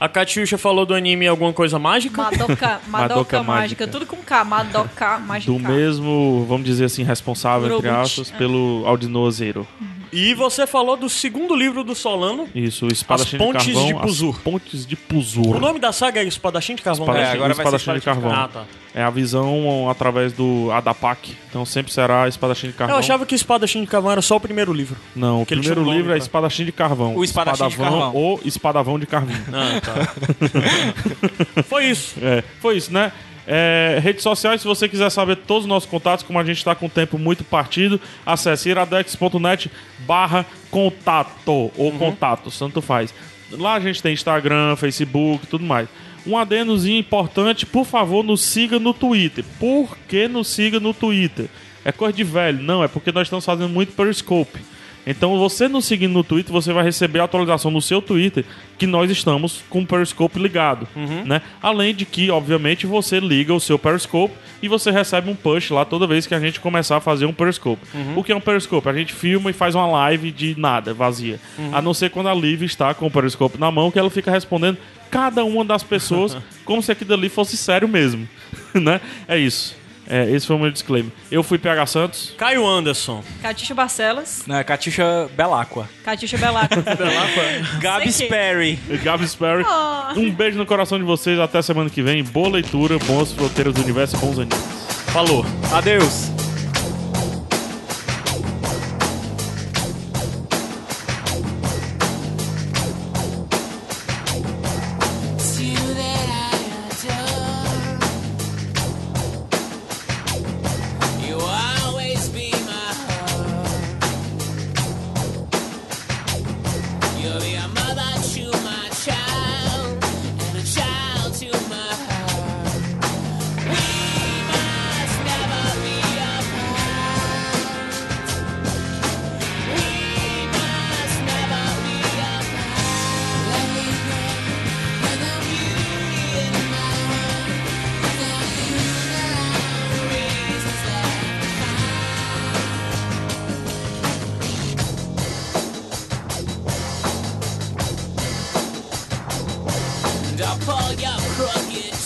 A Katiusha falou do anime Alguma Coisa Mágica. Madoka, Madoka Mágica. Mágica. Tudo com K. Madoka Mágica. Do mesmo, vamos dizer assim, responsável, entre Robot. aspas, É. pelo Aldino Zero. E você falou do segundo livro do Solano. Isso, o Espadachim de Pontes Carvão. de Puzur. As Pontes de O Puzur. nome da saga é Espadachim de Carvão. Espadachim, É, agora o vai ser Espadachim de Espadachim de Carvão. Ah, tá. É a visão através do ADAPAC. Então sempre será Espadachim de Carvão. Eu achava que Espadachim de Carvão era só o primeiro livro. Não, o que ele primeiro tinha um nome, livro é tá? Espadachim de Carvão. O Espadachim de Espadavão Carvão. Ou Espadavão de Carvão. Ah, tá. Foi isso. É, foi isso, né? É, redes sociais, se você quiser saber todos os nossos contatos, como a gente está com o tempo muito partido, acesse iradex.net barra contato ou contatos, tanto faz. Lá a gente tem Instagram, Facebook, tudo mais. Um adenozinho importante, por favor, nos siga no Twitter. Por que nos siga no Twitter? É coisa de velho, não, é porque nós estamos fazendo muito Periscope. Então, você nos seguindo no Twitter, você vai receber a atualização no seu Twitter que nós estamos com o Periscope ligado, né? Além de que, obviamente, você liga o seu Periscope e você recebe um push lá toda vez que a gente começar a fazer um Periscope. O que é um Periscope? A gente filma e faz uma live de nada, vazia. A não ser quando a Liv está com o Periscope na mão, que ela fica respondendo cada uma das pessoas como se aquilo dali fosse sério mesmo, né? É isso. É, esse foi o meu disclaimer. Eu fui PH Santos. Caio Anderson. Catixa Barcelos. Na né? Catixa Belacqua. Catixa Belaco. Gabs que- Perry. E Gabi Sperry. É Um beijo no coração de vocês. Até semana que vem. Boa leitura, bons fronteiras do universo e bons animes. Falou. Adeus. It's you that I adore. You always be my heart. You'll be a mother to my child and a child to my heart. We must never be apart. We must never be apart. Let me I'll pull your crooked